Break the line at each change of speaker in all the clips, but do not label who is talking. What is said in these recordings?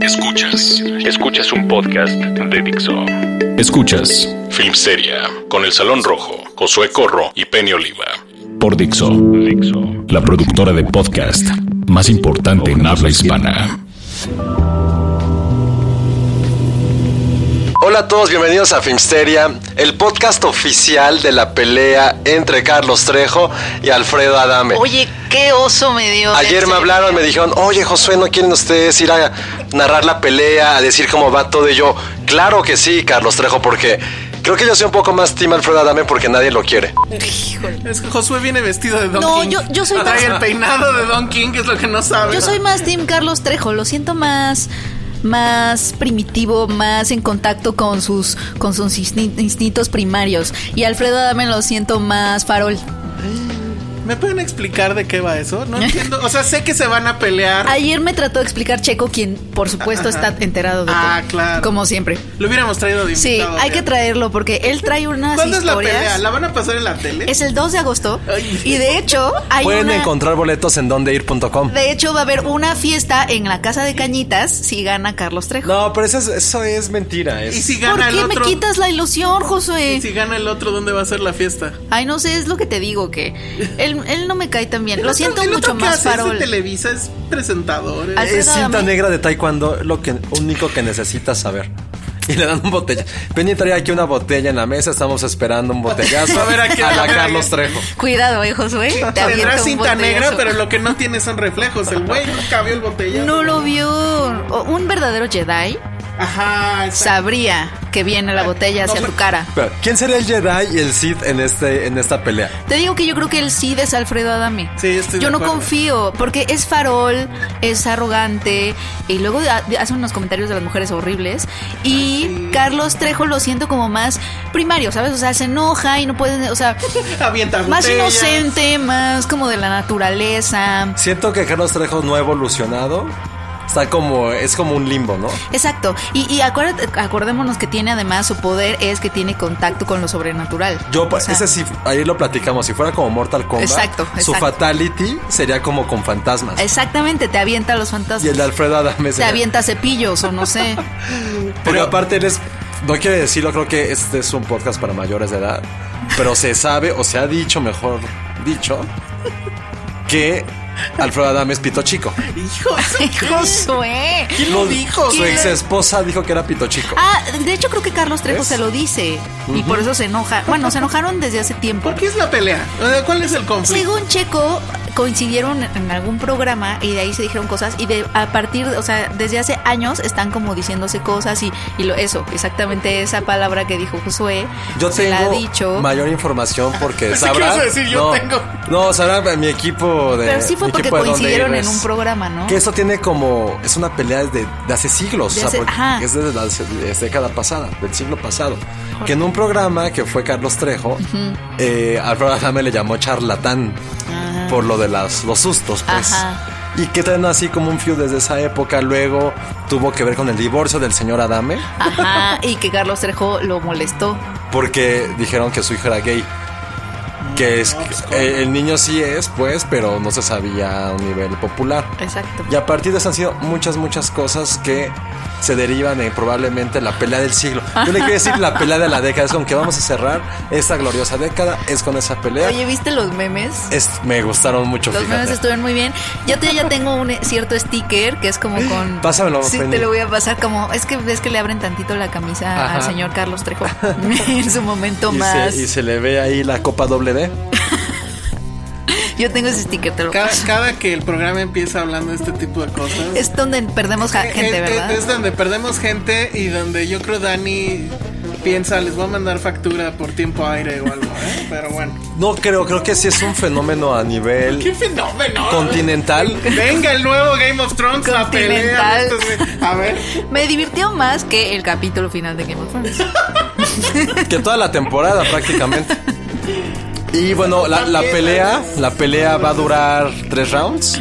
Escuchas, escuchas un podcast de Dixo. Escuchas Filmsteria con El Salón Rojo, Josué Corro y Penny Oliva. Por Dixo, la productora de podcast más importante en habla hispana.
Hola a todos, bienvenidos a Filmsteria, el podcast oficial de la pelea entre Carlos Trejo y Alfredo Adame.
Oye, qué oso me dio.
Ayer
en
me
serio.
hablaron, me dijeron, oye Josué, ¿no quieren ustedes ir a narrar la pelea, a decir cómo va todo? Y yo, claro que sí, Carlos Trejo, porque creo que yo soy un poco más team Alfredo Adame porque nadie lo quiere.
Híjole.
Es que Josué viene vestido de Don
No,
King.
yo- yo soy
Trae
más-
el peinado de Don King, que es lo que no sabe.
Yo soy más Team Carlos Trejo, lo siento más más primitivo, más en contacto con sus con sus instin- instintos primarios y Alfredo Adame lo siento más farol.
¿Me pueden explicar de qué va eso? No entiendo. O sea, sé que se van a pelear.
Ayer me trató de explicar Checo quien por supuesto está enterado de
Ah,
todo,
claro.
como siempre.
Lo hubiéramos traído de
Sí,
invitado.
hay que
traer.
traerlo porque él trae unas
¿Cuándo es la
historias.
pelea? ¿La van a pasar en la tele?
Es el 2 de agosto
Ay.
y de hecho hay
Pueden
una
encontrar boletos en dondeir.com.
de hecho va a haber una fiesta en la casa de Cañitas si gana Carlos Trejo.
No, pero eso es, eso es mentira.
¿Y
Es...
si
¿Por
gana el
qué
otro?
me quitas la ilusión, Josué?
¿Y si gana el otro, dónde va a ser la fiesta?
Ay, no sé, es lo que te digo, que él, él no me cae tan bien.
El
Lo
otro-
siento
el otro
mucho
que
más
hace es de
farol.
Televisa es presentador. es-
Al- Alfredo
Es cinta
Adame.
negra de taekwondo, lo que único que necesitas saber. Y le dan un botella. Penny traía aquí una botella en la mesa, estamos esperando un botellazo.
A ver, ¿a qué
a la
hora?
Carlos Trejo.
Cuidado, eh, Josué. Te avienta
Tendrá
un
cinta negra,
botellazo.
pero lo que no tiene son reflejos. El güey cambió el botellazo.
No lo vio. O- Un verdadero Jedi
Ajá, exacto.
sabría que viene la botella hacia
Ah, No,
tu cara.
Pero, ¿Quién sería el Jedi y el Sith en, este, en esta pelea?
Te digo que yo creo que el Cid es Alfredo Adame.
Sí, estoy de
yo no
acuerdo.
confío, porque es farol, es arrogante, y luego ha- hace unos comentarios de las mujeres horribles.
Ah,
Y Carlos Trejo lo siento como más primario, ¿sabes? O sea, se enoja y no puede, o sea,
Avienta
más
botellas.
inocente, más como de la naturaleza.
Siento que Carlos Trejo no ha evolucionado. Está como, es como un limbo, ¿no?
Exacto. Y, y acuérdate- acordémonos que tiene además su poder es que tiene contacto con lo sobrenatural.
Yo,
O sea,
ese sí, ahí lo platicamos. Si fuera como Mortal Kombat,
Exacto,
su
exacto.
fatality sería como con fantasmas.
Exactamente, te avienta a
Y
los
el
fantasmas.
de Alfredo Adame
Te
sería-
avienta cepillos o no sé.
Porque aparte eres, no quiero decirlo, creo que este es un podcast para mayores de edad, pero se sabe, o se ha dicho, mejor dicho, que Alfredo Adame es pito chico.
Hijo,
Josué.
¿Quién
lo dijo?
Su
¿Quién?
ex esposa dijo que era pito chico.
Ah, de hecho creo que Carlos Trejo se lo dice y por eso se enoja. Bueno, se enojaron desde hace tiempo.
¿Por qué es la pelea? O sea, ¿Cuál es el conflicto?
Según Checo coincidieron en algún programa y de ahí se dijeron cosas y de a partir, o sea, desde hace años están como diciéndose cosas y, y lo, eso, exactamente esa palabra que dijo Josué
Yo
se la ha dicho.
tengo mayor información porque
Pensé que
sabrá.
ibas a decir, yo
no,
tengo.
No, sabrá mi equipo de.
Pero sí fue
mi
porque
equipo eh, de Donde
coincidieron en
Irres.
un programa, ¿no?
Que esto tiene como. Es una pelea desde de hace siglos. o
De
sea,
hace-
porque
ajá.
es desde la desde década pasada, del siglo pasado. Que en un programa que fue Carlos Trejo, eh, Alfredo Adame le llamó charlatán por lo de las, los sustos, pues.
Ah. Ajá.
Y que traen así como un feud desde esa época. Luego tuvo que ver con el divorcio del señor Adame,
Ajá, y que Carlos Trejo lo molestó.
porque dijeron que su hijo era gay.
Mm,
que es
pues,
eh, el niño sí es, pues, pero no se sabía a un nivel popular.
Exacto.
Y a partir de eso han sido muchas, muchas cosas que se derivan en probablemente la pelea del siglo. Yo le quiero decir la pelea de la década, es con que vamos a cerrar esta gloriosa década, es con esa pelea.
Oye, ¿viste los memes?
Es- me gustaron mucho,
Los memes
fíjate.
estuvieron muy bien. Yo te- ya tengo un eh, cierto sticker que es como con.
Pásamelo,
Sí,
Penny.
te lo voy a pasar como. Es que ves que le abren tantito la camisa
Ajá.
al señor Carlos Trejo en su momento
Y
más.
se, y se le ve ahí la copa doble D.
Yo tengo ese sticker, te lo
Cada,
paso.
cada que el programa empieza hablando de este tipo de cosas.
Es donde perdemos ja-
eh,
gente,
eh,
¿verdad?
es donde perdemos gente y donde yo creo Dani piensa, les voy a mandar factura por tiempo aire o algo, ¿eh? Pero bueno.
No creo, creo que sí es un fenómeno a nivel ¿eh?
fenómeno!
continental.
Venga el nuevo Game of Thrones, la pelea. de
Continental.
estos- A ver.
Me divirtió más que el capítulo final de Game of Thrones.
que toda la temporada prácticamente. Y bueno, la, la pelea, la pelea va a durar tres rounds.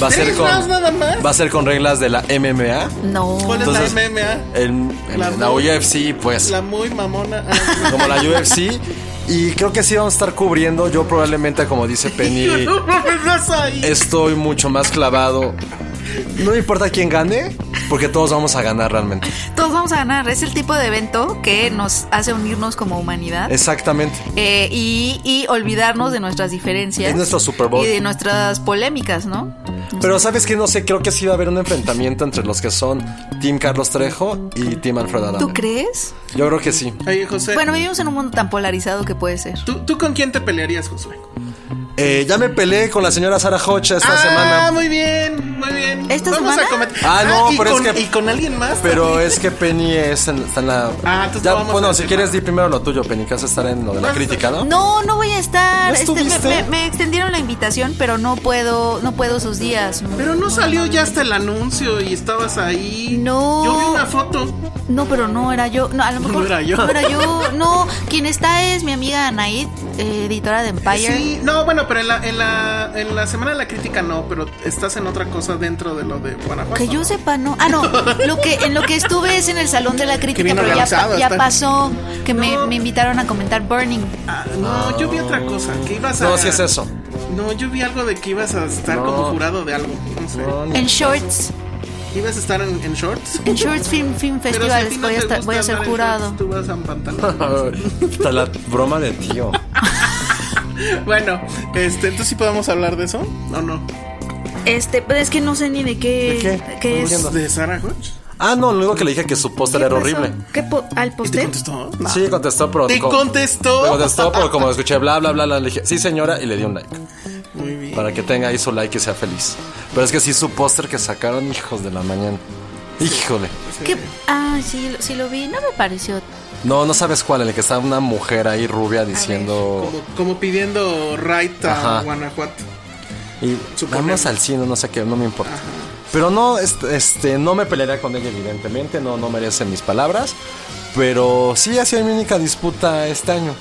Va a ser
¿Tres
con,
rounds nada más?
va a ser con reglas de la MMA.
No.
¿Cuál
Entonces-
es la MMA?
En, en
La
la,
mu-
UFC, pues,
La muy mamona. Ah,
como la UFC. Y creo que sí vamos a estar cubriendo. Yo probablemente, como dice Penny,
no, no, no, no, es ahí.
estoy mucho más clavado. No me importa quién gane, porque todos vamos a ganar realmente.
Todos vamos a ganar. Es el tipo de evento que nos hace unirnos como humanidad.
Exactamente.
eh, y, y olvidarnos de nuestras diferencias.
Es nuestro Super Bowl.
Y de nuestras polémicas, ¿no?
Pero sabes que no sé, creo que sí va a haber un enfrentamiento entre los que son Team Carlos Trejo y Team Alfredo Adame.
¿Tú crees?
Yo creo que sí.
Oye, José.
Bueno, vivimos en un mundo tan polarizado que puede ser.
¿tú, ¿Tú con quién te pelearías, Josué?
Eh, ya me peleé con la señora Sara Hocha esta
ah,
semana.
muy bien, muy bien.
¿Esta
Vamos
semana?
a cometer.
Ah, no,
y
pero es
con-
que-
Y con alguien más.
Pero es que Penny es en- está en la.
Ah, entonces
Ya,
no vamos
bueno,
a
si
decir
quieres,
nada.
di primero lo tuyo, Penny, que vas a estar en lo de la
Vas a-
crítica, ¿no?
No, no voy a estar.
¿No
Este, me-
estuviste?
me, me extendieron la invitación, pero no puedo, no puedo sus días.
Pero no salió ya hasta el anuncio y estabas ahí.
No.
Yo vi una foto.
No, pero no era yo. No, a lo mejor
No era yo.
No era yo. No, quien está es mi amiga Anaid, eh, editora de Empire.
Sí, no, bueno, pero en la, en, la, en la semana de la crítica no, pero estás en otra cosa dentro de lo de Guanajuato.
Que yo
¿no?
sepa, no. Ah, no. Lo que, en lo que estuve es en el Salón de la Crítica,
bien
pero ya, pa-
organizado
ya
está.
pasó. Que me,
No.
me invitaron a comentar Burning.
Ah, no, yo vi otra cosa. Que ibas a.
No, sí es eso.
No, yo vi algo de que ibas a estar
No.
como jurado de algo. No sé.
No,
En Shorts.
¿Ibas a estar en, en shorts?
En Shorts Film, Film
Pero si
Festival.
ti no
voy, a
te
estar-
gusta
voy a ser
andar en
jurado.
shorts, Tú vas a un pantalón.
Está la broma de tío.
bueno, este, entonces sí podemos hablar de eso o no?
Este, pero es que no sé ni de
¿De
qué,
qué?
qué
No
es.
entiendo.
¿De Sarah Hodge?
Ah, no, lo único que le dije que su póster era
pasó?
horrible.
¿Qué po- ¿Al
¿Y te
poster?
contestó? No.
Sí, contestó, pero.
¿Te
co-
contestó?
Me contestó, pero como escuché bla, bla, bla, bla, le dije, sí, señora, y le di un like.
Muy bien.
Para que tenga ahí su like y sea feliz. Pero es que sí, su póster que sacaron, hijos de la mañana. Híjole.
¿Qué? Ah, sí, lo- sí lo vi. No me pareció.
No, no sabes cuál, en el que está una mujer ahí rubia diciendo.
Como, como pidiendo right a
Ajá.
Guanajuato.
Y
Suponemos.
vamos al cine, no sé qué, no me importa. Pero no, este, este, no me pelearía con ella, evidentemente, no, no merece mis palabras. Pero sí ha sido mi única disputa este año.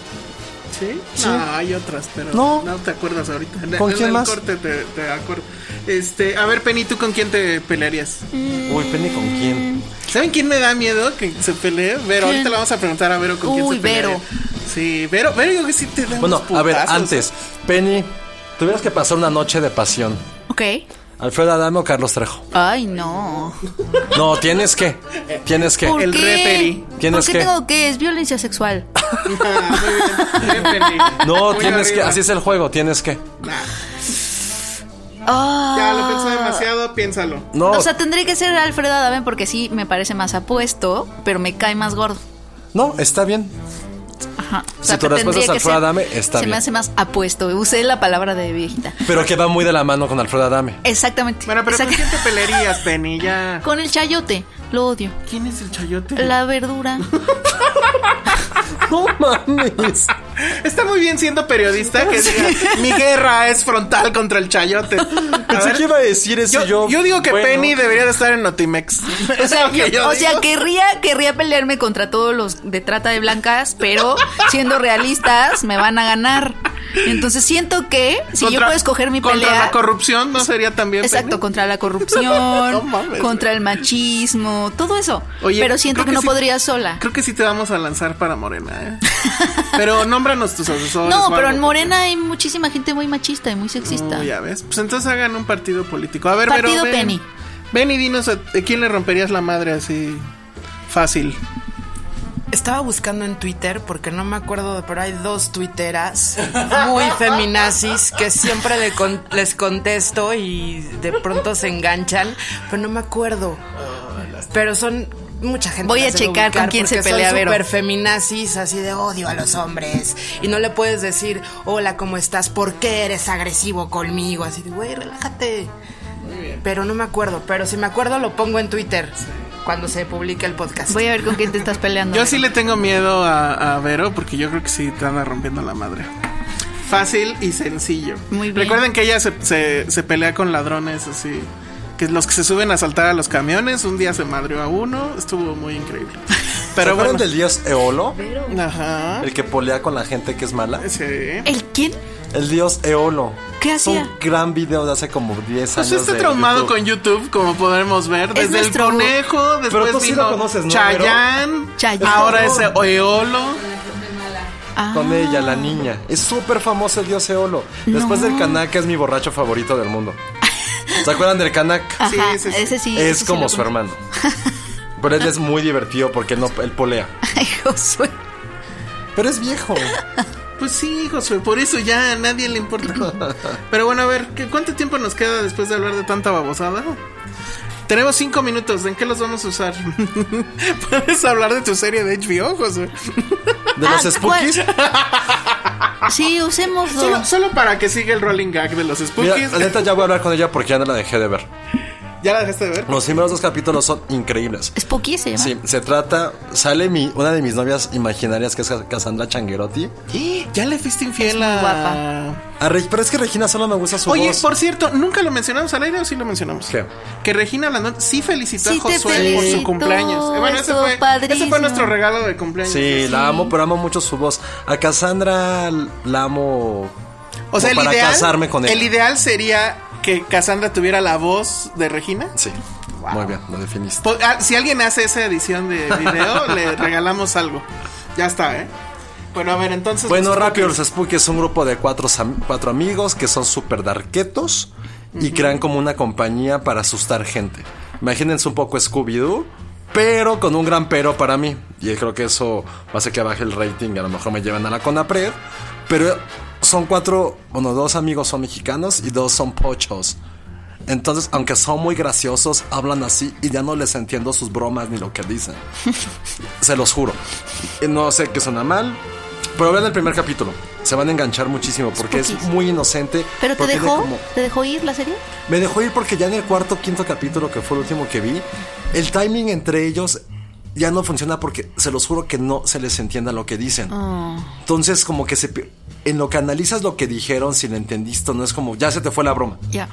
¿Sí? No, hay otras, pero
No.
no, te acuerdas ahorita. En-
¿Con
en
quién
el
más?
corte te, te acuerdo. Este, a ver, Penny, ¿tú con quién te pelearías?
Uy, Penny, ¿con quién?
¿Saben quién me da miedo que se pelee? Vero, ahorita le vamos a preguntar a Vero con quién
Uy,
se pelea.
Vero.
Sí, Vero, Vero, yo que sí te da
Bueno,
unos
a ver,
putazos.
antes, Penny, tuvieras que pasar una noche de pasión.
Ok.
¿Alfredo Adame o Carlos Trejo?
Ay, no.
No, tienes que. Tienes que.
¿Por
El
qué?
referee.
¿Tienes
¿Por
qué?
qué tengo que? Es violencia sexual.
Ah, muy bien, bien, Penny.
No,
Muy
tienes que.
arriba.
Así es el juego, tienes que.
Nah,
Ah.
ya lo pensé demasiado, piénsalo.
No,
O sea, tendría que ser Alfredo Adame porque sí me parece más apuesto, pero me cae más gordo.
no, está bien.
Ajá. O
Si tu respuesta
tendría
es
que
Alfredo
ser-
Adame, está
Se
bien.
me hace más apuesto. Usé la palabra de viejita.
Pero que va muy de la mano con Alfredo Adame.
Exactamente.
Bueno, pero ¿con
Exact-
quién te pelearías, Penny? Ya.
Con el chayote. Lo odio.
¿Quién es el chayote?
La verdura.
No mames.
Está muy bien siendo periodista que diga, mi guerra es frontal contra el chayote. A
Pensé
ver,
que iba a decir eso
yo,
yo.
yo digo que
bueno.
Penny debería de estar en Notimex.
O sea,
que yo
o
digo.
sea, querría, querría pelearme contra todos los de trata de blancas, pero siendo realistas, me van a ganar. Entonces siento que si yo
Contra-
puedo escoger mi
Contra
pelea.
la corrupción, ¿no sería también
Exacto,
pene?
contra la corrupción,
No mames,
contra el machismo, todo eso.
Oye,
Pero siento
creo
que,
que
no
sí-
podría sola.
Creo que sí te vamos a lanzar para Morena, ¿eh? Pero nómbranos tus asesores. o
No,
algo,
pero en
porque-
Morena hay muchísima gente muy machista y muy sexista.
No, ya ves. Pues entonces hagan un partido político. A ver,
Partido
pero. ven-
Penny.
Ven y dinos a, a quién le romperías la madre así fácil.
Estaba buscando en Twitter porque no me acuerdo, de- pero hay dos tuiteras muy feminazis que siempre le con- les contesto y de pronto se enganchan, pero no me acuerdo. Pero son mucha gente.
Voy
las
a
debe
checar
ubicar
con quién se
porque son
pelea Vero.
súper feminazis, así de odio a los hombres y no le puedes decir hola cómo estás, por qué eres agresivo conmigo, así de güey relájate. Pero no me acuerdo, pero si me acuerdo lo pongo en Twitter cuando se publique el podcast.
Voy a ver con quién te estás peleando.
Yo
Vero.
sí le tengo miedo a, a Vero porque yo creo que sí te anda rompiendo la madre. Fácil y sencillo.
Muy bien.
Recuerden que ella se, se- se pelea con ladrones así. Que los que se suben a saltar a los camiones, un día se madrió a uno, estuvo muy increíble.
¿Se
Pero
acuerdan
bueno.
del dios Eolo?
Ajá.
El que polea con la gente que es mala.
Sí.
¿El quién?
El dios Eolo.
¿Qué hacía?
Es un gran video de hace como 10
Pues
años.
está
de
traumado
YouTube.
con YouTube, como podemos ver. Desde
nuestro-
el conejo, después
tú sí lo
vino
conoces, ¿no,
Chayanne,
Chayanne.
ahora es Eolo.
Ah,
Con ella, la niña. Es súper famoso el dios Eolo. Después del Kanak, que es mi borracho favorito del mundo. ¿Se acuerdan del Kanak?
ajá,
Sí, sí, sí.
ese sí.
es
ese sí
como
lo
su
conozco.
hermano. Pero él es muy divertido porque él, no, él polea.
Ay, Josué.
Pero es viejo.
Pues sí, Josué, por eso ya a nadie le importa. Pero bueno, a ver, ¿qué- ¿cuánto tiempo nos queda después de hablar de tanta babosada? Tenemos cinco minutos, ¿en qué los vamos a usar? Puedes hablar de tu serie de HBO, Josué.
De los
Ah,
Spookies.
Sí, usemos dos.
Solo, solo para que siga el rolling gag de los
Mira,
Spookies.
la neta ya voy a hablar con ella porque ya no la dejé de ver.
¿Ya la dejaste de ver?
Los primeros dos capítulos son increíbles.
Spooky se llama.
Sí, se trata. Sale mi, una de mis novias imaginarias que es Cassandra Changuerotti.
¡Eh! Ya le fuiste infiel a...
guapa.
A Reg- pero es que Regina solo me gusta su
Oye,
voz.
por cierto, ¿nunca lo mencionamos al aire o sí lo mencionamos?
¿Qué?
Que Regina Blandón sí felicitó
Sí, te
a Josué por
felicito,
su cumpleaños. Eh, bueno, ese
estuvo
fue, ese
padrísimo.
fue nuestro regalo de cumpleaños.
Sí, la amo, pero amo mucho su voz. A Cassandra la amo.
O sea, el
como para
ideal,
casarme con ella.
el ideal sería que Cassandra tuviera la voz de Regina.
Sí. Muy bien, lo definiste.
Po- ah, Si alguien hace esa edición de video, le regalamos algo. Ya está, ¿eh? Bueno, a ver, entonces. pues,
Bueno,
los
rápido, los
Spookies.
Spooky es un grupo de cuatro, sam- cuatro amigos que son súper darquetos y crean como una compañía para asustar gente. Imagínense un poco Scooby-Doo, pero con un gran pero para mí. Y creo que eso va a hacer que baje el rating y a lo mejor me lleven a la Conapred. Pero son cuatro, bueno, dos amigos son mexicanos y dos son pochos. Entonces, aunque son muy graciosos, hablan así y ya no les entiendo sus bromas ni lo que dicen. Se los juro. Y No sé qué suena mal, pero vean el primer capítulo. Se van a enganchar muchísimo porque es
Spookies.
muy inocente.
¿Pero te
porque tiene
dejó?
como-
¿Te dejó ir la serie?
Me dejó ir porque ya en el cuarto, quinto capítulo, que fue el último que vi, el timing entre ellos ya no funciona porque se los juro que no se les entienda lo que dicen.
Ah.
Entonces, como que se... pi- En lo que analizas lo que dijeron, si lo entendiste, o no es como ya se te fue la broma.
Ya.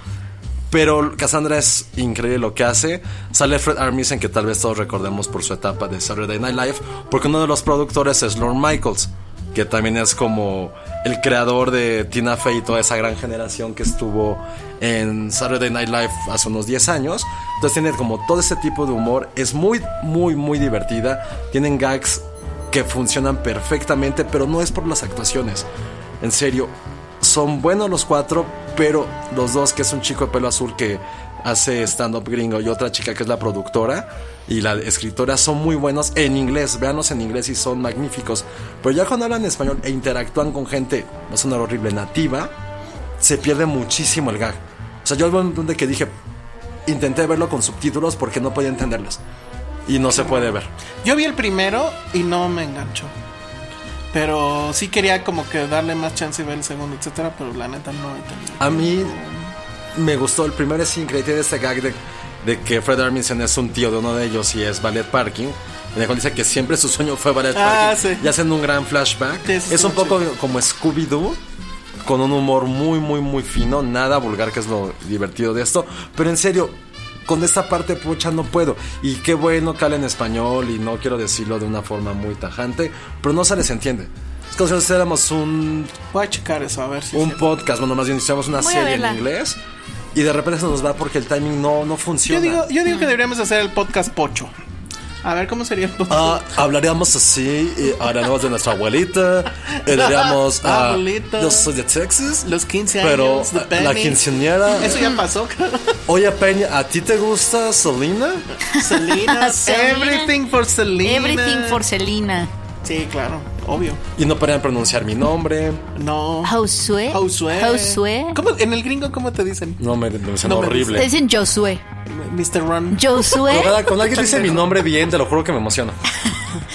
Pero Cassandra es increíble lo que hace. Sale Fred Armisen, que tal vez todos recordemos por su etapa de Saturday Night Live, porque uno de los productores es Lorne Michaels, que también es como el creador de Tina Fey y toda esa gran generación que estuvo en Saturday Night Live hace unos 10 años. Entonces tiene como todo ese tipo de humor. Es muy, muy, muy divertida. Tienen gags que funcionan perfectamente, pero no es por las actuaciones. En serio, son buenos los cuatro, pero los dos, que es un chico de pelo azul que hace stand-up gringo y otra chica que es la productora y la escritora, son muy buenos en inglés. Veanlos en inglés y son magníficos. Pero ya cuando hablan español e interactúan con gente, no sonar horrible, nativa, se pierde muchísimo el gag. O sea, yo hubo un donde que dije, intenté verlo con subtítulos porque no podía entenderlos. Y no se puede ver.
Yo vi el primero y no me enganchó. Pero sí quería como que darle más chance y ver el segundo, etcétera. Pero la neta no he tenido.
A mí me gustó. El primero es increíble tiene este gag de, de que Fred Armisen es un tío de uno de ellos y es Ballet Parking. En el cual dice que siempre su sueño fue Ballet
Ah,
Parking.
sí.
Y hacen un gran flashback.
Sí, eso
es
está
un
muy
poco como Scooby-Doo. Con un humor muy, muy, muy fino. Nada vulgar, que es lo divertido de esto. Pero en serio, con esta parte pucha no puedo. Y qué bueno que habla en español. Y no quiero decirlo de una forma muy tajante. Pero no se les entiende. es como si nosotros éramos un,
Voy a checar eso, a ver si.
un
es cierto.
podcast, bueno, más bien hiciéramos una
Voy a
serie
verla.
en inglés y de repente se nos va porque el timing no, no
yo
funciona.
digo, yo digo que deberíamos hacer el podcast Pocho. A ver cómo sería el podcast.
Ah, hablaríamos así, y hablaríamos de nuestra abuelita, y diríamos, ah,
Abuelita.
yo soy de Texas,
Los 15
pero
años. de
ah, la
Penny.
quinceañera,
Eso ya pasó, cabrón.
oye Peña, ¿a ti te gusta Selena?
Selena. Everything for Selena.
Everything for Selena.
Sí, claro, obvio.
Y no podían pronunciar mi nombre,
No.
Josué.
Josué.
Josué.
¿Cómo- en el gringo, ¿cómo te dicen?
no me pronuncian
No me
Te
horrible.
dicen Josué.
Mr. Run.
Josué.
Pero cada- Cuando alguien dice mi nombre bien, te lo juro que me emociona.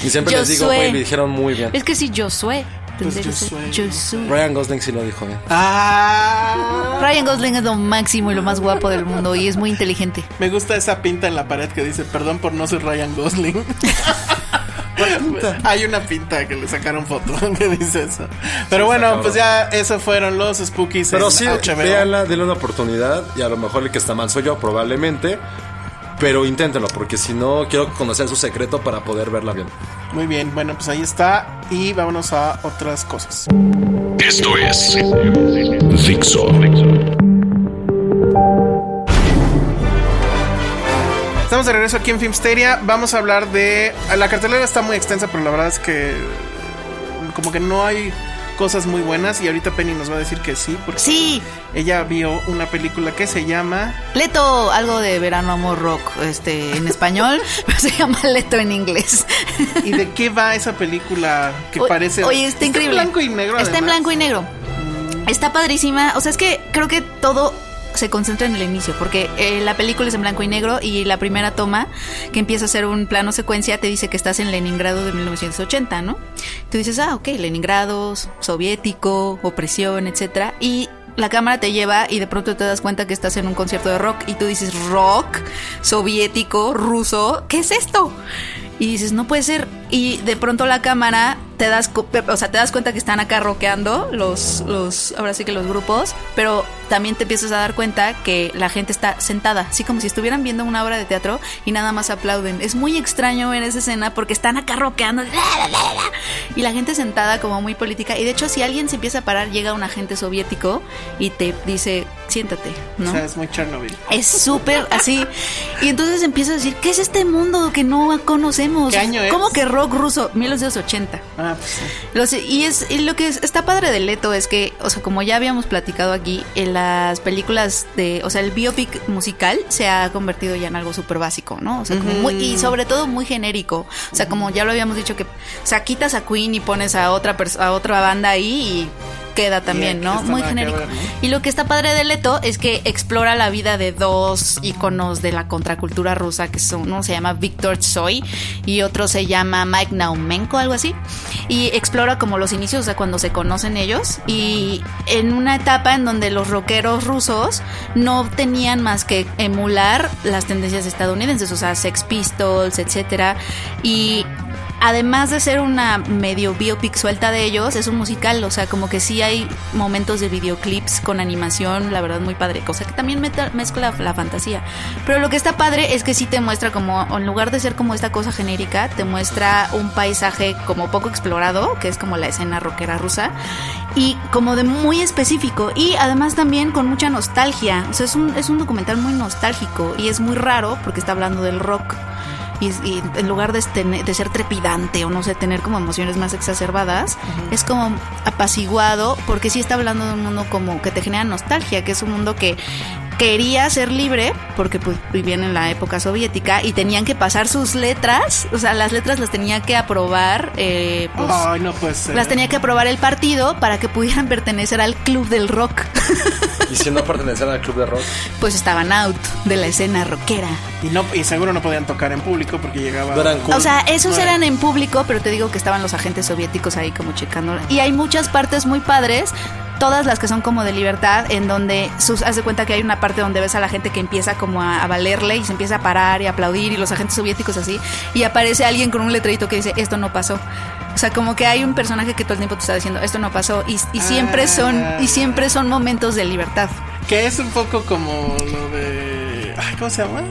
Y siempre les digo,
Josué.
güey, le dijeron muy bien.
Es que sí, Josué.
Pues
Tendría que ser
Josué.
Josué.
Ryan Gosling sí lo dijo bien.
Ah.
Ryan Gosling es lo máximo y lo más guapo del mundo y es muy inteligente.
Me gusta esa pinta en la pared que dice, perdón por no ser Ryan Gosling. Hay una pinta que le sacaron foto que dice eso. Pero bueno, pues ya eso fueron los spookies
Pero
en
sí,
HBO.
véanla, denle una oportunidad y a lo mejor el que está mal soy yo, probablemente. Pero inténtenlo, porque si no, quiero conocer su secreto para poder verla bien.
Muy bien, bueno, pues ahí está. Y vámonos a otras cosas.
Esto es Dixo.
Estamos de regreso aquí en Filmsteria. Vamos a hablar de. La cartelera está muy extensa, pero la verdad es que. Como que no hay cosas muy buenas. Y ahorita Penny nos va a decir que sí, porque
Sí,
ella vio una película que se llama.
Leto, algo de verano amor rock, este, en español, pero se llama Leto en inglés.
¿Y de qué va esa película que
O-
parece.
Oye, está increíble.
En blanco y negro.
Está en blanco y negro. Está padrísima. O sea, es que creo que todo se concentra en el inicio, porque eh, la película es en blanco y negro y la primera toma, que empieza a ser un plano secuencia, te dice que estás en Leningrado de 1980, ¿no? Tú dices, ah, ok, Leningrado, soviético, opresión, etcétera. Y la cámara te lleva y de pronto te das cuenta que estás en un concierto de rock y tú dices, rock, soviético, ruso, ¿qué es esto? Y dices, no puede ser. Y de pronto la cámara te das, cu- o sea, te das cuenta que están acá rockeando los, los, ahora sí que los grupos, pero también te empiezas a dar cuenta que la gente está sentada, así como si estuvieran viendo una obra de teatro y nada más aplauden. Es muy extraño en esa escena porque están acá rockeando y la gente sentada como muy política. Y de hecho, si alguien se empieza a parar, llega un agente soviético y te dice, siéntate, ¿no?
O sea, es muy Chernobyl.
es súper así. Y entonces empiezas a decir, ¿qué es este mundo que no conocemos?
¿Qué año es?
¿Cómo que rock ruso? 1980.
Ah, pues sí.
Los- y es y lo que es- está padre de Leto es que, o sea, como ya habíamos platicado aquí, en las películas de, o sea, el biopic musical se ha convertido ya en algo súper básico, ¿no? O sea, como muy, y sobre todo muy genérico. O sea, como ya lo habíamos dicho que, o sea, quitas a Queen y pones a otra pers- a otra banda ahí y queda también,
aquí
¿no?
está
Muy
nada que
genérico.
ver, ¿no?
Y lo que está padre de Leto es que explora la vida de dos íconos de la contracultura rusa, que son, uno se llama Víctor Tsoy y otro se llama Mike Naumenko, algo así. Y explora como los inicios, o sea, cuando se conocen ellos. Y en una etapa en donde los rockeros rusos no tenían más que emular las tendencias estadounidenses, o sea, Sex Pistols, etcétera. Y además de ser una medio biopic suelta de ellos, es un musical, o sea, como que sí hay momentos de videoclips con animación, la verdad muy padre, cosa que también meta- mezcla la fantasía. Pero lo que está padre es que sí te muestra como, en lugar de ser como esta cosa genérica, te muestra un paisaje como poco explorado, que es como la escena rockera rusa, y como de muy específico, y además también con mucha nostalgia, o sea, es un, es un documental muy nostálgico y es muy raro porque está hablando del rock y, y en lugar de, estene- de ser trepidante o no sé, tener como emociones más exacerbadas, es como apaciguado porque sí está hablando de un mundo como que te genera nostalgia, que es un mundo que quería ser libre porque pues vivían en la época soviética y tenían que pasar sus letras, o sea, las letras las tenía que aprobar, eh, pues,
Ay, Este, no puede ser.
las tenía que aprobar el partido para que pudieran pertenecer al club del rock,
Y si no pertenecen al club de rock,
pues estaban out de la escena rockera.
Y, no, y seguro no podían tocar en público porque llegaba.
no eran cool.
O sea, esos
Vale.
eran en público, pero te digo que estaban los agentes soviéticos ahí como checando. Y hay muchas partes muy padres, todas las que son como de libertad, en donde sus, haz de cuenta que hay una parte donde ves a la gente que empieza como a, a valerle y se empieza a parar y a aplaudir y los agentes soviéticos así. Y aparece alguien con un letrerito que dice, esto no pasó. O sea, como que hay un personaje que todo el tiempo te está diciendo, esto no pasó. Y, y siempre son, y siempre son momentos de libertad.
Que es un poco como lo de. Ay, ¿Cómo se llama?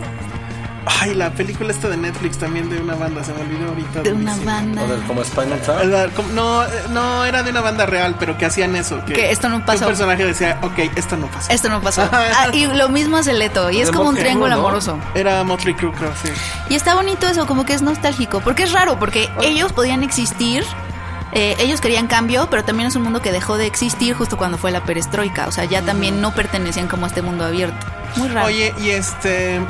Ay, la película esta de Netflix también de una banda, se me olvidó ahorita.
De una
durísimo.
banda.
O del- como Spinal Tap.
La- como- No, eh, no, era de una banda real, pero que hacían eso. Que,
Que esto no pasó.
Un personaje decía, ok, esto no pasó.
Esto no pasó. Ah, y lo mismo hace Leto. Y es como un
Motley
triángulo
Crue, ¿no?
amoroso.
Era Motley Crue, creo, sí.
Y está bonito eso, como que es nostálgico. Porque es raro, porque ellos podían existir. eh, ellos querían cambio, pero también es un mundo que dejó de existir justo cuando fue la perestroika. O sea, ya también no pertenecían como a este mundo abierto. Muy raro.
Oye, y este.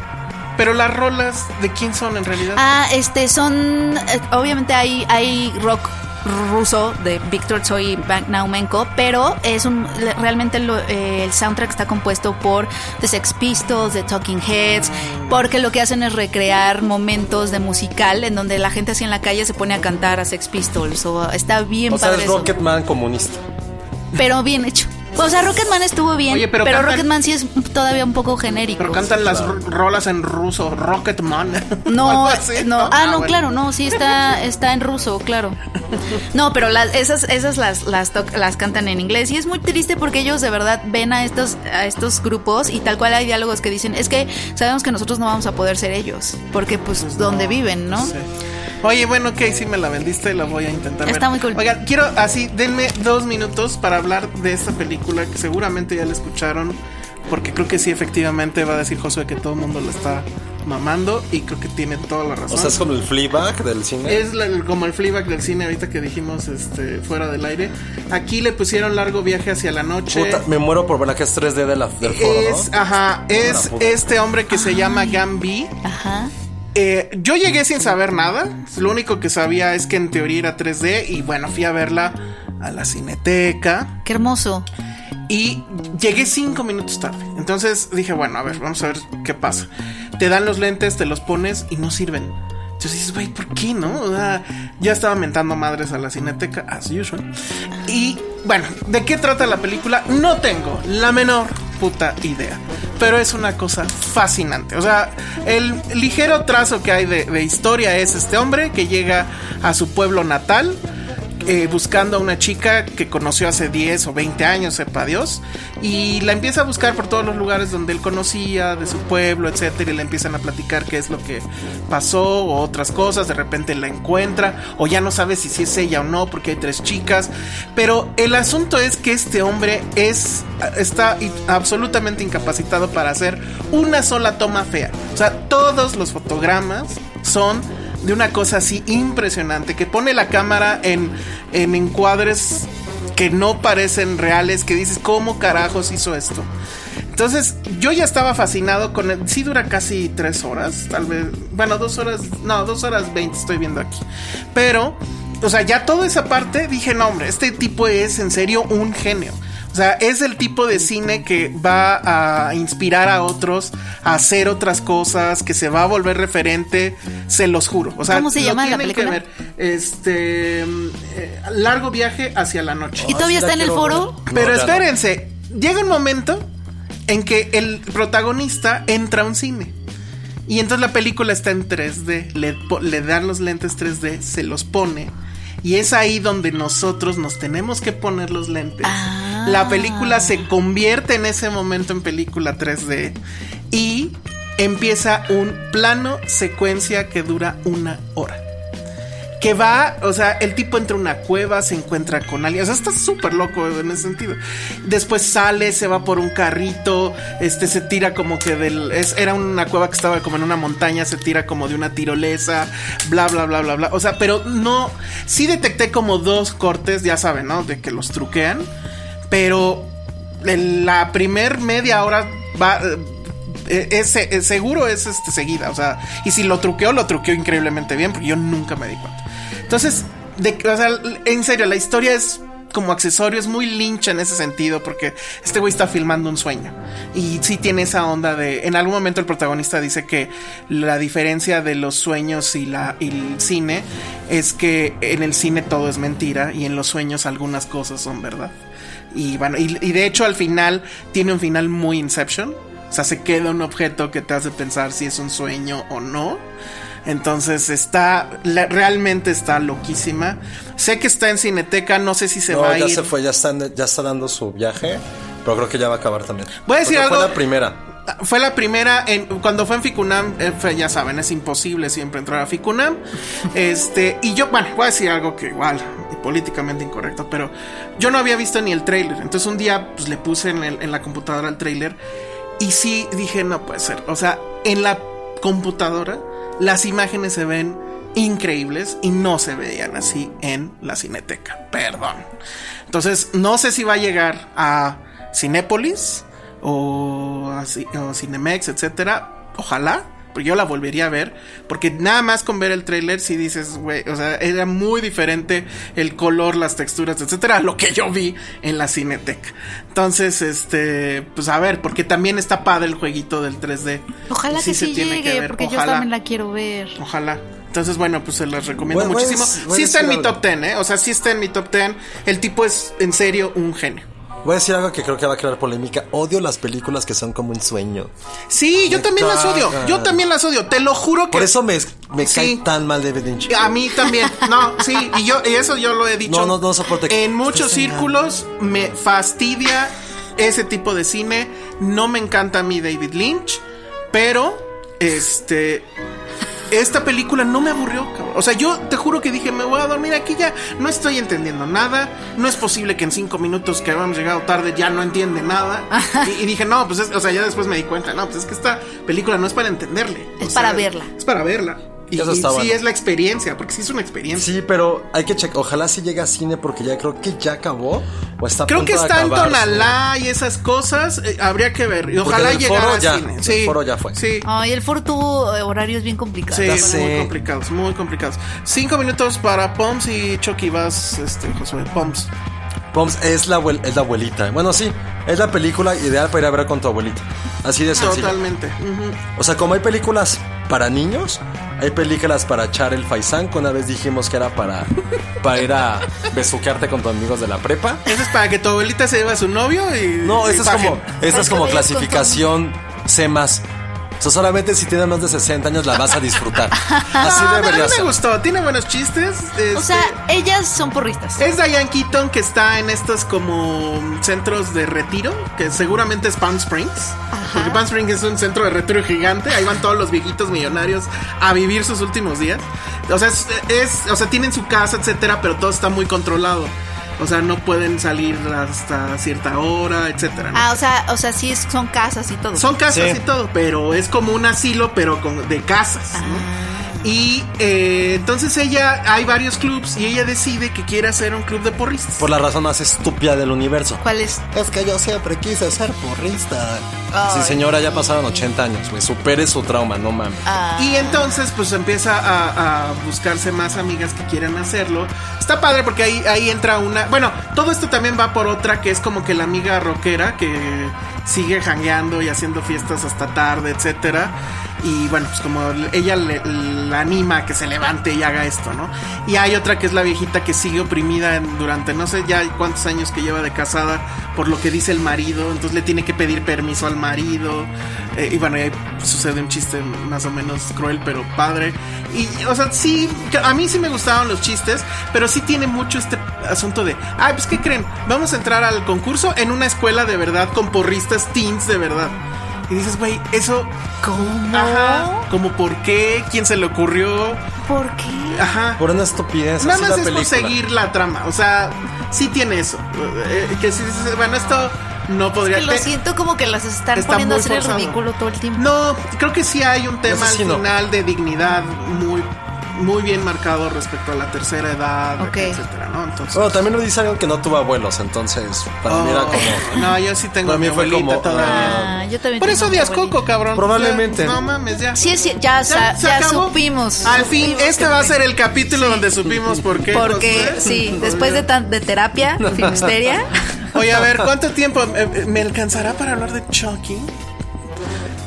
Pero las rolas, ¿de quién son en realidad?
Ah, este, son. eh, obviamente hay, hay rock ruso de Víctor Tsoi y Ban- Naumenko, pero es un le- realmente lo- eh, el soundtrack está compuesto por The Sex Pistols, The Talking Heads, porque lo que hacen es recrear momentos de musical en donde la gente así en la calle se pone a cantar a Sex Pistols. O está bien
O sea,
padre
es
eso,
Rocketman comunista.
Pero bien hecho. O sea, Rocketman estuvo bien,
Oye,
pero,
pero cantan-
Rocketman sí es todavía un poco genérico.
pero cantan las ro- rolas en ruso, Rocketman. o
No,
algo así,
no. Ah, no,
bueno.
claro, no, sí está, está en ruso, claro. No, pero las, esas, esas las, las, toc- las cantan en inglés. Y es muy triste porque ellos de verdad ven a estos, a estos grupos y tal cual hay diálogos que dicen, es que sabemos que nosotros no vamos a poder ser ellos. Porque pues, donde viven, ¿no?
Sí. Oye, bueno, ok, sí me la vendiste, la voy a intentar. ver.
Está muy cool.
Oigan, quiero así, denme dos minutos para hablar de esta película que seguramente ya la escucharon, porque creo que sí, efectivamente va a decir Josué que todo el mundo la está mamando y creo que tiene toda la razón.
O sea, es como el Fleabag del cine.
Es la- el- como el flyback del cine ahorita que dijimos este, fuera del aire. Aquí le pusieron largo viaje hacia la noche.
Puta, me muero por ver la que es 3D de la, del foro, ¿no?
es, ajá, es
Una puta.
este hombre que se llama Gambi.
Ajá.
Eh, yo llegué sin saber nada. Lo único que sabía es que en teoría era 3D. Y bueno, fui a verla a la cineteca.
Qué hermoso.
Y llegué cinco minutos tarde. Entonces dije, bueno, a ver, vamos a ver qué pasa. Te dan los lentes, te los pones y no sirven. Entonces dices, güey, ¿por qué no? O sea, ya estaba mentando madres a la cineteca, as usual. Y bueno, ¿de qué trata la película? No tengo la menor puta idea. Pero es una cosa fascinante. O sea, el ligero trazo que hay de, de historia es este hombre que llega a su pueblo natal eh, buscando a una chica que conoció hace 10 o 20 años, sepa Dios, y la empieza a buscar por todos los lugares donde él conocía, de su pueblo, etcétera, y le empiezan a platicar qué es lo que pasó o otras cosas, de repente la encuentra o ya no sabe si sí es ella o no porque hay tres chicas, pero el asunto es que este hombre es está i- absolutamente incapacitado para hacer una sola toma fea. O sea, todos los fotogramas son de una cosa así impresionante, que pone la cámara en, en encuadres que no parecen reales, que dices, ¿cómo carajos hizo esto? Entonces, yo ya estaba fascinado con el. Sí, dura casi tres horas, tal vez. Bueno, dos horas. No, dos horas veinte estoy viendo aquí. Pero, o sea, ya toda esa parte dije, no, hombre, este tipo es en serio un genio. O sea, es el tipo de cine que va a inspirar a otros a hacer otras cosas, que se va a volver referente, se los juro. O sea,
¿Cómo se
lo
llama la
tienen
película?
Que ver. Este. mm, eh, largo viaje hacia la noche.
¿Y todavía
sí la
está en el
quiero
foro?
ver.
Pero
No, ya no.
espérense, llega un momento en que el protagonista entra a un cine. Y entonces la película está en 3D, le, po- le dan los lentes 3D, se los pone. Y es ahí donde nosotros nos tenemos que poner los lentes.
Ah.
La película se convierte en ese momento en película 3D. Y empieza un plano secuencia que dura una hora que va, o sea, el tipo entra a una cueva, se encuentra con alguien, o sea, está súper loco en ese sentido. Después sale, se va por un carrito, este se tira como que del es- era una cueva que estaba como en una montaña, se tira como de una tirolesa, bla bla bla bla bla. O sea, pero no sí detecté como dos cortes, ya saben, ¿no? De que los truquean, pero en la primer media hora va eh, eh, es, eh, seguro es este, seguida, o sea, y si lo truqueó, lo truqueó increíblemente bien, porque yo nunca me di cuenta. Entonces, de, o sea, l- en serio, la historia es como accesorio, es muy lincha en ese sentido, porque este güey está filmando un sueño. Y sí tiene esa onda de, en algún momento el protagonista dice que la diferencia de los sueños y, la, y el cine es que en el cine todo es mentira y en los sueños algunas cosas son verdad. Y bueno, y, y de hecho al final tiene un final muy Inception. O sea, se queda un objeto que te hace pensar si es un sueño o no. Entonces está, la- realmente está loquísima. Sé que está en Cineteca, no sé si se
no,
va a
ya
ir.
se fue, ya está, ya está dando su viaje, pero creo que ya va a acabar también.
Voy a decir
Porque
algo-
Fue la primera.
Fue la primera en, cuando fue en Ficunam, eh, fue- ya saben, es imposible siempre entrar a Ficunam. Este, y yo, bueno, voy a decir algo que igual y políticamente incorrecto, pero yo no había visto ni el tráiler. Entonces un día pues, le puse en, el- en la computadora el tráiler y sí dije, no puede ser. O sea, en la computadora las imágenes se ven increíbles y no se veían así en la cineteca. Perdón. Entonces, no sé si va a llegar a Cinépolis o, a Ci- o Cinemex, etcétera. Ojalá, porque yo la volvería a ver. Porque nada más con ver el tráiler, si dices, güey, o sea, era muy diferente el color, las texturas, etcétera, a lo que yo vi en la Cineteca. Entonces, este, pues a ver, porque también está padre el jueguito del 3D.
Ojalá que
se
sí
tiene
llegue,
ver,
porque yo
ojalá.
también la quiero ver.
Ojalá. Entonces, bueno, pues se las recomiendo
Voy- voy a
muchísimo.
dec- voy a
sí está en mi
decir algo.
top 10, ¿eh? O sea, sí está en mi top 10. El tipo es, en serio, un genio.
Voy a decir algo que creo que va a crear polémica. Odio las películas que son como un sueño.
Sí, yo
Me
también las odio.
cagan.
Yo también las odio. Te lo juro que.
Por eso me, me
Sí.
cae tan mal David Lynch.
A mí también. No, sí. Y yo, y eso yo lo he dicho.
No, no, no soporto que
En muchos
estés
círculos me fastidia ese tipo de cine. No me encanta a mí David Lynch. Pero, este. Esta película no me aburrió, cabrón. O sea, yo te juro que dije, me voy a dormir aquí ya. No estoy entendiendo nada. No es posible que en cinco minutos que habíamos llegado tarde ya no entiende nada. Y, y dije, no, pues, es- o sea, ya después me di cuenta, no, pues es que esta película no es para entenderle. O
Es para verla.
Es para verla. Y,
Eso
y
está
sí
bueno.
es la experiencia, porque sí es una experiencia.
Sí, pero hay que checar. Ojalá si llega a cine porque ya creo que ya acabó. O está a
Creo
punto
que
de
está en
acabarse.
Tonalá y esas cosas, eh, habría que ver. Y ojalá
del
llegara
foro
al
ya,
cine.
del
Sí,
foro ya fue.
Sí.
Ay, el Ford tuvo eh, horarios bien complicados.
Sí,
Ya
muy
sé.
complicados, muy complicados. Cinco minutos para Poms y Chucky vas, este, Josué, Poms.
Poms es la, abuel- es la abuelita. Bueno, sí, es la película ideal para ir a ver con tu abuelita. Así de sencillo.
Totalmente. Ujú.
O sea, como hay películas para niños, hay películas para echar el faisán. que Una vez dijimos que era para, para ir a besuquearte con tus amigos de la prepa.
Eso es para que tu abuelita se lleve a su novio y.
No,
y
esta es
bajen.
como, esta es como clasificación C más. O sea, solamente si tienes más de 60 años la vas a disfrutar. Así
Ah, pero a mí
debería
me
ser.
gustó, tiene buenos chistes.
O
este,
sea, ellas son porristas.
Es Diane Keaton que está en estos como centros de retiro, que seguramente es Palm Springs, porque Palm Springs es un centro de retiro gigante, ahí van todos los viejitos millonarios a vivir sus últimos días. O sea, es, es- o sea, tienen su casa, etcétera, pero todo está muy controlado. O sea, no pueden salir hasta cierta hora, etcétera. ¿no?
Ah, o sea, o sea, sí es- son casas y todo.
Son casas
Sí.
y todo, pero es como un asilo, pero con, de casas. ¿no? Y eh, entonces ella, hay varios clubs y ella decide que quiere hacer un club de porristas.
Por la razón más estúpida del universo.
¿Cuál es?
Es que yo siempre quise ser porrista. Sí, señora, ya pasaron 80 años, güey. Supere su trauma, no mames.
Y entonces, pues empieza a, a buscarse más amigas que quieran hacerlo. Está padre porque ahí, ahí entra una. Bueno, todo esto también va por otra que es como que la amiga rockera que sigue jangueando y haciendo fiestas hasta tarde, etcétera. Y bueno, pues como ella le- la anima a que se levante y haga esto, ¿no? Y hay otra que es la viejita que sigue oprimida en- durante no sé ya cuántos años que lleva de casada por lo que dice el marido, entonces le tiene que pedir permiso al marido. Eh, y bueno, y ahí sucede un chiste más o menos cruel, pero padre. Y, o sea, sí, que a mí sí me gustaban los chistes, pero sí tiene mucho este asunto de, ay, pues, ¿qué creen? Vamos a entrar al concurso en una escuela de verdad con porristas teens de verdad. Y dices, güey, eso,
¿Cómo?
ajá, como por qué, quién se le ocurrió,
¿Por qué?
ajá.
Por una estupidez.
Nada
así
más
la
es por
película.
seguir la trama. O sea, sí tiene eso. Eh, que sí dices, bueno, esto no podría.
Que lo
te-
siento como que las están
Está
poniendo a
muy
hacer el
forzado.
ridículo todo el tiempo.
No, creo que sí hay un tema
Eso sí
al
no.
final de dignidad muy, muy bien marcado respecto a la tercera edad,
Ok.
etcétera, ¿no? Entonces.
Bueno, también lo dice alguien que no tuvo abuelos, entonces para mí era
oh,
como.
No, yo sí tengo
Para
a mi
mí fue
abuelita
como,
todavía.
Ah, yo también
Por
tengo
eso
mi
odias
abuelita.
Coco, cabrón.
Probablemente.
Ya, no mames, ya.
Sí, sí, ya, sa-
se
ya,
acabó.
supimos.
Al fin,
supimos
este
que
va a
fue.
ser el capítulo donde supimos por qué.
Porque,
Josué.
sí, después de, tan, de terapia, filmisteria,
Oye, a ver, ¿cuánto tiempo eh, me alcanzará para hablar de Chucky?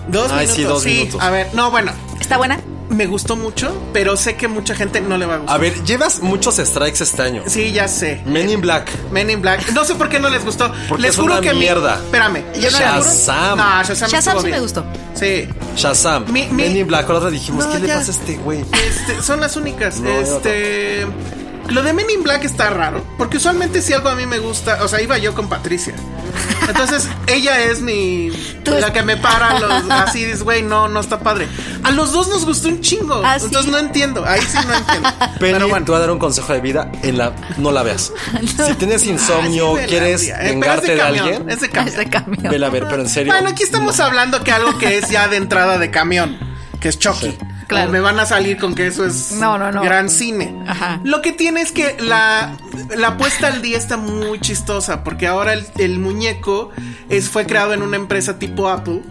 Dos
Ay,
minutos.
sí, dos minutos.
A ver, no, bueno,
¿está buena?
me gustó mucho, pero sé que mucha gente no le va a gustar.
A ver, llevas muchos strikes este año.
Sí, ya sé.
Men in Black.
Men in Black. No sé por qué no les gustó.
Porque
les
es
juro
una
que a mí-
mierda.
Espérame. Yo no la juro.
Shazam.
No, Shazam,
Shazam
estuvo
sí me
bien.
gustó.
Sí.
Shazam.
Mi- mi-
Men in Black. Ahora dijimos,
No,
¿qué le
ya.
pasa a este güey?
Este, son las únicas.
No, yo
este. Lo de Men in Black está raro, porque usualmente si algo a mí me gusta, o sea, iba yo con Patricia. Entonces, ella es mi
Tú es-
la que me para los así dices, güey, no, no está padre. A los dos nos gustó un chingo,
Ah, sí.
entonces no entiendo, ahí sí no entiendo.
Penny,
Pero bueno,
te voy a dar un consejo de vida en la no la veas. Si tienes insomnio,
Así de
quieres
labia, eh, pero
vengarte
es
de
camión,
alguien,
es de camión.
Este cambio.
vela a ver, pero en serio.
Bueno, aquí estamos hablando que algo que es ya de entrada de camión, que es Chucky.
Claro.
O Me van a salir con que eso es
No, no, no.
gran cine.
Ajá.
Lo que tiene es que la, la puesta al día está muy chistosa, porque ahora el, el muñeco es, fue creado en una empresa tipo Apple.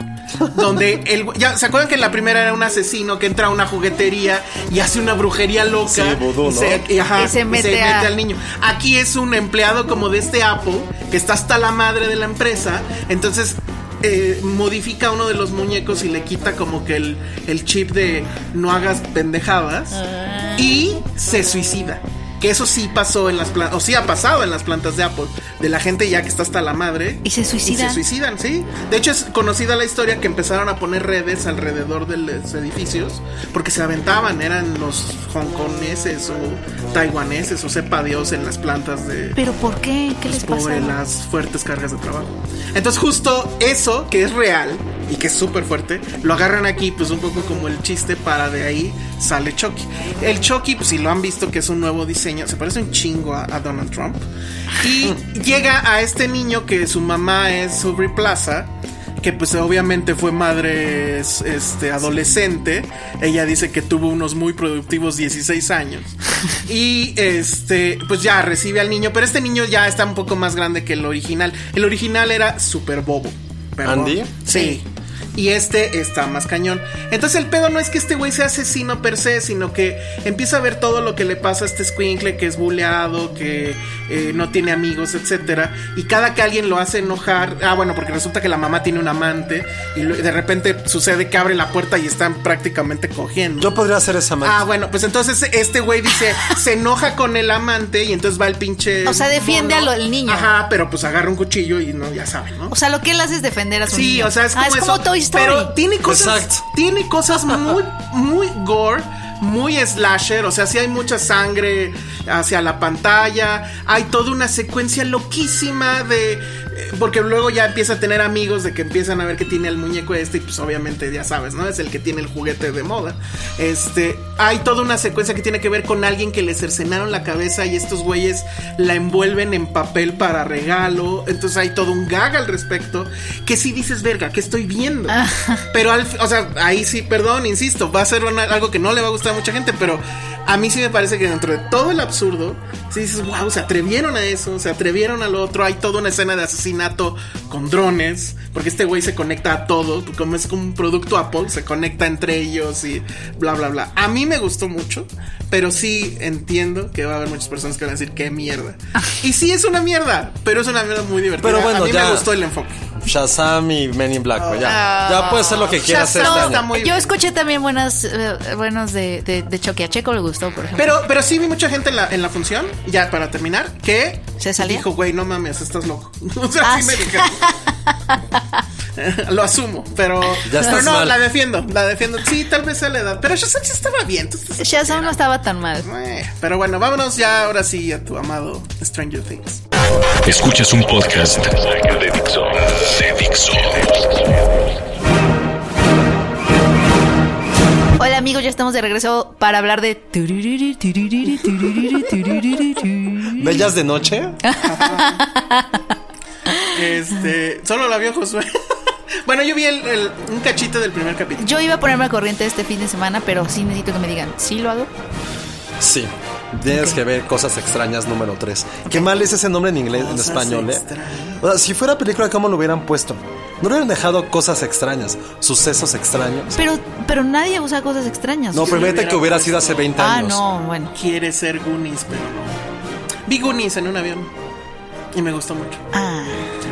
Donde el ya se acuerdan que la primera era un asesino que entra a una juguetería y hace una brujería loca
Sí, vudú,
y se,
¿no?
y ajá,
Y se
Este, y
mete
se
a-
mete al niño. Aquí es un empleado como de este Apple que está hasta la madre de la empresa. Entonces eh, modifica uno de los muñecos y le quita como que el, el chip de no hagas pendejadas. Y se suicida. Que eso sí pasó en las plantas, o sí ha pasado en las plantas de Apple, de la gente ya que está hasta la madre.
Y se
Y
suicidan.
se suicidan, sí. De hecho, es conocida la historia que empezaron a poner redes alrededor de los edificios porque se aventaban, eran los hongkoneses o taiwaneses o sepa Dios en las plantas de
¿Pero por qué? ¿Qué les pasa?
sobre las fuertes cargas de trabajo. Entonces, justo eso que es real y que es súper fuerte, lo agarran aquí, pues un poco como el chiste para de ahí sale Chucky. El Chucky, pues si lo han visto, que es un nuevo diseño, se parece un chingo a, a Donald Trump. Y llega a este niño que su mamá es Aubrey Plaza. Que pues obviamente fue madre es- este, adolescente. Ella dice que tuvo unos muy productivos 16 años. Y este, pues ya recibe al niño. Pero este niño ya está un poco más grande que el original. El original era súper bobo. pero-
¿Andy?
Sí. Y este está más cañón. Entonces el pedo no es que este güey sea asesino per se, sino que empieza a ver todo lo que le pasa a este squinkle, que es buleado, que eh, no tiene amigos, etcétera. Y cada que alguien lo hace enojar, ah bueno, porque resulta que la mamá tiene un amante y lo- de repente sucede que abre la puerta y están prácticamente cogiendo.
Yo podría hacer esa
Ah,
mancha.
bueno, pues entonces este güey dice, se enoja con el amante y entonces va el pinche.
O sea, defiende a lo- al niño.
Ajá, pero pues agarra un cuchillo y no, ya saben, ¿no?
O sea, lo que él hace es defender a su
Sí,
niño.
o sea, es
Ah,
como,
es como
eso,
Toy Story.
Pero tiene cosas,
Exacto.
tiene cosas muy, muy gore, muy slasher. O sea, sí hay mucha sangre hacia la pantalla. Hay toda una secuencia loquísima de. eh, Porque luego ya empieza a tener amigos de que empiezan a ver que tiene el muñeco este. Y pues obviamente ya sabes, ¿no? Es el que tiene el juguete de moda. Este. Hay toda una secuencia que tiene que ver con alguien que le cercenaron la cabeza y estos güeyes la envuelven en papel para regalo. Entonces hay todo un gag al respecto. Que si dices, verga, ¿qué estoy viendo? pero al, o sea, ahí sí, perdón, insisto, va a ser una- algo que no le va a gustar a mucha gente, pero a mí sí me parece que dentro de todo el absurdo, si dices, wow, se atrevieron a eso, se atrevieron a lo otro. Hay toda una escena de asesinato con drones, porque este güey se conecta a todo, como es como un producto Apple, se conecta entre ellos y bla, bla, bla. A mí me gustó mucho, pero sí entiendo que va a haber muchas personas que van a decir, qué mierda. Y sí es una mierda, pero es una mierda muy divertida.
Pero bueno,
a mí
ya.
me gustó el enfoque.
Shazam y Men in Black, güey, ya. Ya puedes hacer lo que quieras
Ah. Shazam
este
está
año.
muy
Yo
bien.
escuché también buenas, eh, buenos de, de, de Chucky. A Checo le gustó, por ejemplo.
Pero, pero sí vi mucha gente en la, en la función, ya para terminar, que
¿Se salía?
dijo, güey, no mames, estás loco. O sea,
Ah,
sí me
sí.
dijeron. Lo asumo, pero,
Ya estás
pero no,
mal.
la defiendo, la defiendo. Sí, tal vez a la edad, pero Shazam sí estaba bien. entonces-
Shazam no estaba tan mal.
Eh, Pero bueno, vámonos ya ahora sí a tu amado Stranger Things.
Escuchas un podcast de Dixo. De Dixo.
Hola amigos, ya estamos de regreso para hablar de... turururu, turururu, turururu, turururu.
¿Bellas de noche?
Ah. Este, solo la vio Josué. bueno, yo vi el, el- un cachito del primer capítulo.
Yo iba a ponerme al corriente este fin de semana, pero sí necesito que me digan, ¿sí lo hago?
Sí. Tienes que ver Cosas Extrañas número 3. Qué mal es ese nombre en inglés, en
Cosas
español, ¿eh?
Extrañas.
O sea, si fuera película, ¿cómo lo hubieran puesto? No hubieran dejado Cosas Extrañas, Sucesos Extraños.
Pero, pero nadie usa cosas extrañas.
No, pero imagínate que hubiera sido hace 20
ah,
años.
no, bueno.
Quiere ser Goonies, pero no. Vi Goonies en un avión. Y me gustó mucho.
Ah.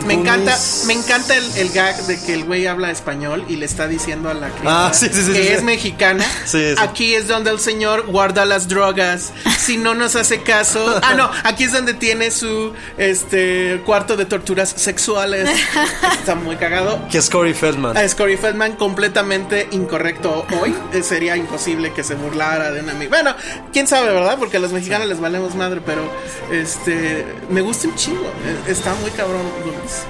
Me encanta, me encanta el, el gag de que el güey habla español y le está diciendo a la que,
Ah, sí, sí, sí,
que
sí.
es mexicana.
Sí, sí.
Aquí es donde el señor guarda las drogas. Si no nos hace caso. Ah, no, aquí es donde tiene su este cuarto de torturas sexuales. Está muy cagado.
Que es Corey Feldman.
A Scottie Feldman completamente incorrecto hoy. Eh, Sería imposible que se burlara de un amigo. Bueno, quién sabe, ¿verdad? Porque a los mexicanos les valemos madre, pero este me gusta un chingo. Eh, Está muy cabrón Goonies.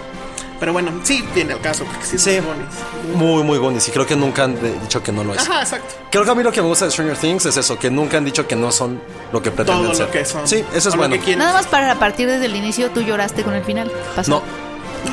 Pero bueno, sí tiene el caso, porque sí,
Sí.
son Goonies.
Muy, muy Goonies. Y creo que nunca han de- dicho que no lo es.
Ajá, exacto.
Creo que a mí lo que me gusta de Stranger Things es eso, que nunca han dicho que no son lo que pretenden
Todo
ser.
lo que son.
Sí, eso
O
es
lo
bueno.
que quieren.
Nada más para partir desde el inicio, tú lloraste con el final. Pasó.
No,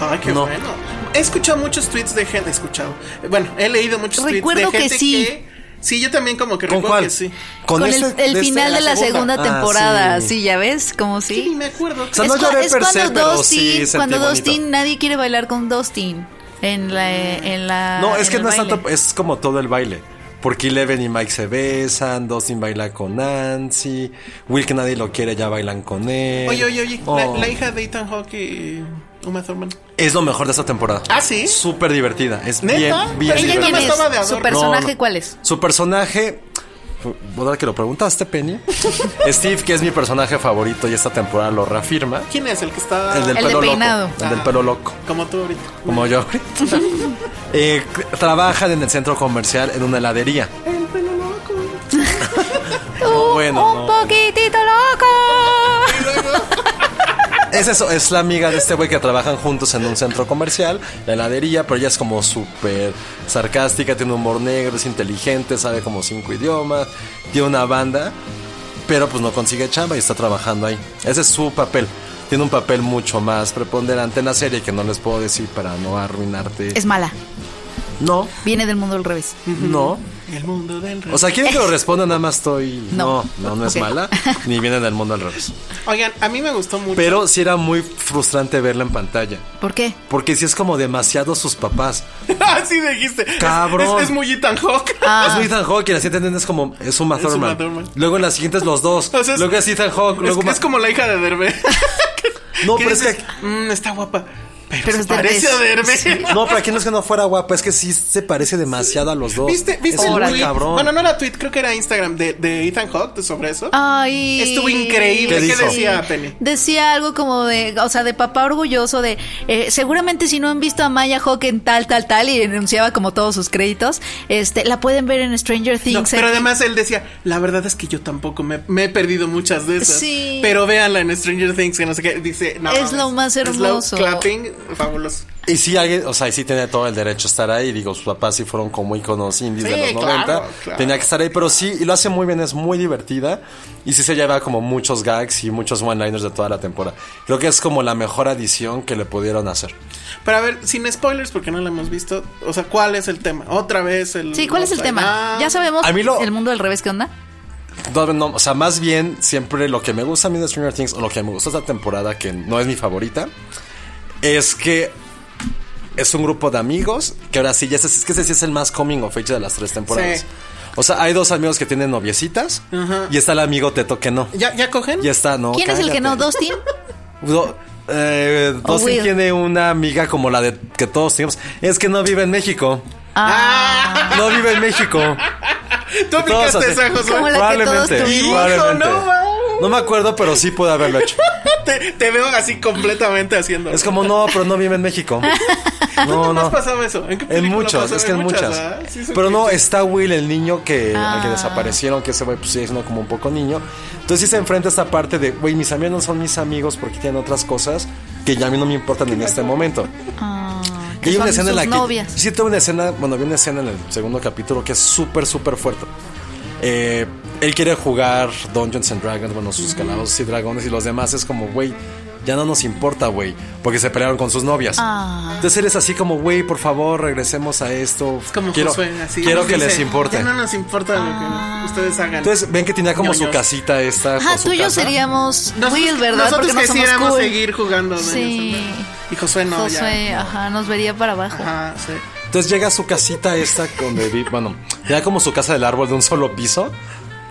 Ay, qué
No.
bueno. He escuchado muchos tweets de gente. He escuchado. Eh, Bueno, he leído muchos
Recuerdo
tweets de
que
gente
sí.
Sí, yo también como que
¿con
recuerdo
cuál?
que sí.
Con, el,
este-
el
este-
final de la segunda,
Ah,
temporada,
sí.
sí. ya ves, como
Sí,
sí.
ni me acuerdo.
sea, no
cua-
lloré per se,
cuando
pero sí
Dustin,
sentí
cuando
bonito.
Dustin, nadie quiere bailar con Dustin en la, en la.
No, es
ah, en
que
el
no es
baile.
tanto, es como todo el baile. Porque Eleven y Mike se besan, Dustin baila con Nancy, Will que nadie lo quiere ya bailan con él.
Oye, oye, oye.
Oh.
La, la hija de Ethan Hawke y Uma Thurman.
Es lo mejor de esta temporada.
¿Ah, sí?
Súper divertida. Es
¿Neta?
bien, bien
Pero
¿Ella
Sí,
divertida.
quién
nomás
es?
estaba de
¿Su
adorno.
personaje
No, no.
cuál es?
Su personaje. ¿Verdad que lo preguntaste, Penny? Steve, que es mi personaje favorito y esta temporada lo reafirma.
¿Quién es el que está
El del
El de
pelo
peinado. Ah.
loco. El del pelo loco.
como tú ahorita?
Como yo ahorita. Eh, trabajan en el centro comercial en una heladería.
El pelo loco.
Uh,
bueno,
un
no.
poquitito loco.
Es eso, es la amiga de este güey que trabajan juntos en un centro comercial, la heladería, pero ella es como súper sarcástica, tiene un humor negro, es inteligente, sabe como cinco idiomas, tiene una banda, pero pues no consigue chamba y está trabajando ahí. Ese es su papel. Tiene un papel mucho más preponderante en la serie que no les puedo decir para no arruinarte.
Es mala.
No,
Viene del mundo al revés.
no.
El mundo del rey.
O sea, quieren que lo responda, nada más estoy.
No.
No, no, no, es
Ok.
mala, ni viene del mundo al revés.
Oigan, a mí me gustó mucho.
Pero sí era muy frustrante verla en pantalla.
¿Por qué?
Porque si es como demasiado sus papás.
Así Ah, dijiste. Es-
Cabrón.
Es, es muy Ethan Hawke.
Ah,
Es muy Ethan Hawke y en la siguiente entiendes como es Uma
Es Uma
Thurman.
Thurman.
Luego en la siguiente es los dos.
O sea, es-
luego es Ethan Hawke.
Es,
Luego
es como la hija de Derbe.
No, pero es que-
"Mm, está guapa. Pero,
Pero
se
es Derbez.
parece a Derbe.
No, pero aquí no es que no fuera guapa, es que sí se parece demasiado a los dos.
¿Viste, viste
es
el
muy
tweet?
cabrón.
Bueno, no era tweet, creo que era Instagram de, de Ethan Hawke sobre eso.
Ah, Ay.
Estuvo increíble.
¿Qué
¿Qué,
dijo?
decía Penny?
Decía algo como de, o sea, de papá orgulloso de, eh, seguramente si no han visto a Maya Hawk en tal, tal, tal, y enunciaba como todos sus créditos, este, la pueden ver en Stranger
No,
Things. eh.
pero
en-
además él decía, la verdad es que yo tampoco me, me he perdido muchas de esas.
Sí.
Pero véanla en Stranger Things, que no sé qué. Dice, no,
Es lo
mames,
más
slow
hermoso.
Clapping, fabuloso.
Y sí, alguien, o sea, y sí tenía todo el derecho a estar ahí. Digo, sus papás sí fueron como íconos indies
Sí,
de los
claro,
90.
claro.
Tenía que estar ahí, pero sí, y lo hace muy bien, es muy divertida. Y sí se lleva como muchos gags y muchos one-liners de toda la temporada. Creo que es como la mejor adición que le pudieron hacer.
Pero a ver, sin spoilers, porque no la hemos visto. O sea, ¿cuál es el tema? Otra vez el.
Sí, ¿cuál es el tema?
Ah,
Ya sabemos
A mí lo-
el mundo del revés, ¿qué onda?
No, no, o sea, más bien siempre lo que me gusta a mí de Stranger Things o lo que me gusta esta temporada, que no es mi favorita, es que es un grupo de amigos que ahora sí, ya sé, es que ese sí es el más coming of age de las tres temporadas.
Sí.
O sea, hay dos amigos que tienen noviecitas y está el amigo teto que no.
¿Ya, ya cogen?
Y está, no.
¿Quién es el Oh, que no?
cállate.
¿Dustin?
Do- eh,
O
Dustin
Will.
tiene una amiga como la de que todos tenemos. Es que no vive en México.
Ah,
Ah.
No vive en México.
Tú aplicaste
así.
esa, Josué.
Como la que todos
probablemente,
tuvimos.
probablemente.
Hijo, no mames.
No me acuerdo, pero sí pude haberlo hecho.
Te, te veo así completamente haciendo.
Es como, no, pero no vive en México. No,
¿Dónde
no.
más pasaba eso? ¿En qué
En
película
muchos,
pasaba?
es que en muchas.
¿verdad? Sí, son
Pero no,
muchas.
está Will, el niño que, al que desaparecieron, que ese güey pues sí es ¿no? como un poco niño. Entonces sí se enfrenta a esta parte de, güey, mis amigos no son mis amigos porque tienen otras cosas que ya a mí no me importan en este momento. Y
que
hay una escena
son
en
sus
la que.
novias.
Sí, tengo una escena. Bueno, había una escena en el segundo capítulo que es súper, súper fuerte. Eh, él quiere jugar Dungeons and Dragons, bueno, sus calabozos y dragones y los demás. Es como, güey, ya no nos importa, güey, porque se pelearon con sus novias.
Ah.
Entonces él es así como, güey, por favor, regresemos a esto.
Es como
quiero,
Josué, así.
Quiero
nos
que
dice,
les importe.
Ya no nos importa
Ah.
lo que ustedes hagan.
Entonces ven que tenía como su
Ñoños.
casita esta.
Ajá,
o su
tú y yo
casa.
seríamos
Nosotros-
Will, ¿verdad?
Nosotros
Porque no somos
quisiéramos
cool.
seguir jugando. ¿no?
Sí.
Y Josué no. ya.
Josué, ajá, nos vería para abajo.
Ajá, sí.
Entonces llega a su casita esta donde vi, bueno, ya como su casa del árbol de un solo piso,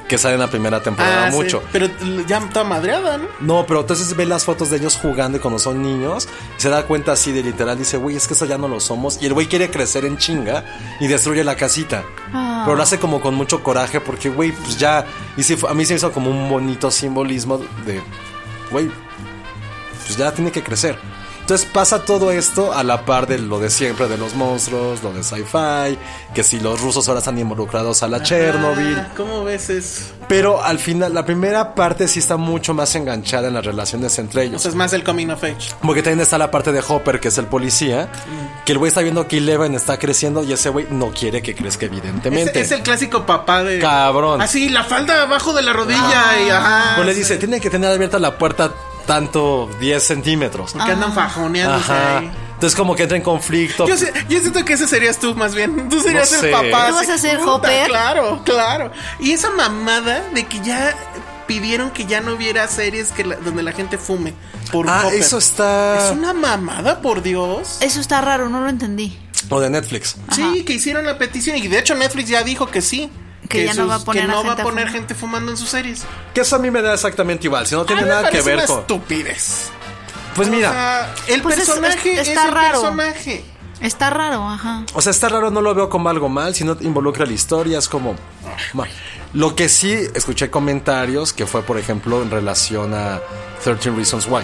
que que sale en la primera temporada
Ah, sí.
mucho.
Pero ya está madreada, ¿no?
No, pero entonces ve las fotos de ellos jugando y cuando son niños y se da cuenta así de literal. Dice, güey, es que eso ya no lo somos. Y el güey quiere crecer en chinga y destruye la casita. Pero lo hace como con mucho coraje porque, güey, pues ya. Y sí, fue- a mí se me hizo como un bonito simbolismo de, güey, pues ya tiene que crecer. Entonces pasa todo esto a la par de lo de siempre, de los monstruos, lo de sci-fi, que si los rusos ahora están involucrados a la Chernobyl.
Ah, ¿Cómo ves eso?
Pero al final, la primera parte sí está mucho más enganchada en las relaciones entre
O
ellos.
sea, es más el coming of age.
Porque también está la parte de Hopper, que es el policía, que el güey está viendo que Eleven está creciendo y ese güey no quiere que crezca,
Es,
evidentemente.
es el clásico papá de.
Cabrón.
Así, la falda abajo de la rodilla
Ah.
y ajá.
Pues le dice, tiene que tener abierta la puerta tanto 10 centímetros.
Que
Ah.
andan fajoneándose
Ajá.
ahí.
Entonces como que entra en conflicto.
Yo, sé- yo siento que ese serías tú más bien. Tú serías
No
el
sé.
papá.
¿Tú
así,
vas a ser
puta,
Hopper?
Claro, claro. Y esa mamada de que ya pidieron que ya no hubiera series que la- donde la gente fume por
ah,
Hopper.
eso está...
Es una mamada, por Dios.
Eso está raro, no lo entendí.
O de Netflix.
Sí, que hicieron la petición y de hecho Netflix ya dijo que sí.
Que ya no va a
que
poner a
no va
gente
a poner
fumando.
gente fumando en sus series.
Que eso a mí me da exactamente igual. Si Ah, no
A
tiene
mí me
nada que
parece
ver
una
con...
estupidez.
Pues mira...
O sea, el
Pues es-
personaje
es-
es,
está
el
raro.
personaje.
Está raro, ajá.
O sea, está raro, no lo veo como algo mal, si no te involucra la historia, es como... ma. Lo que sí escuché comentarios que fue, por ejemplo, en relación a 13 Reasons Why.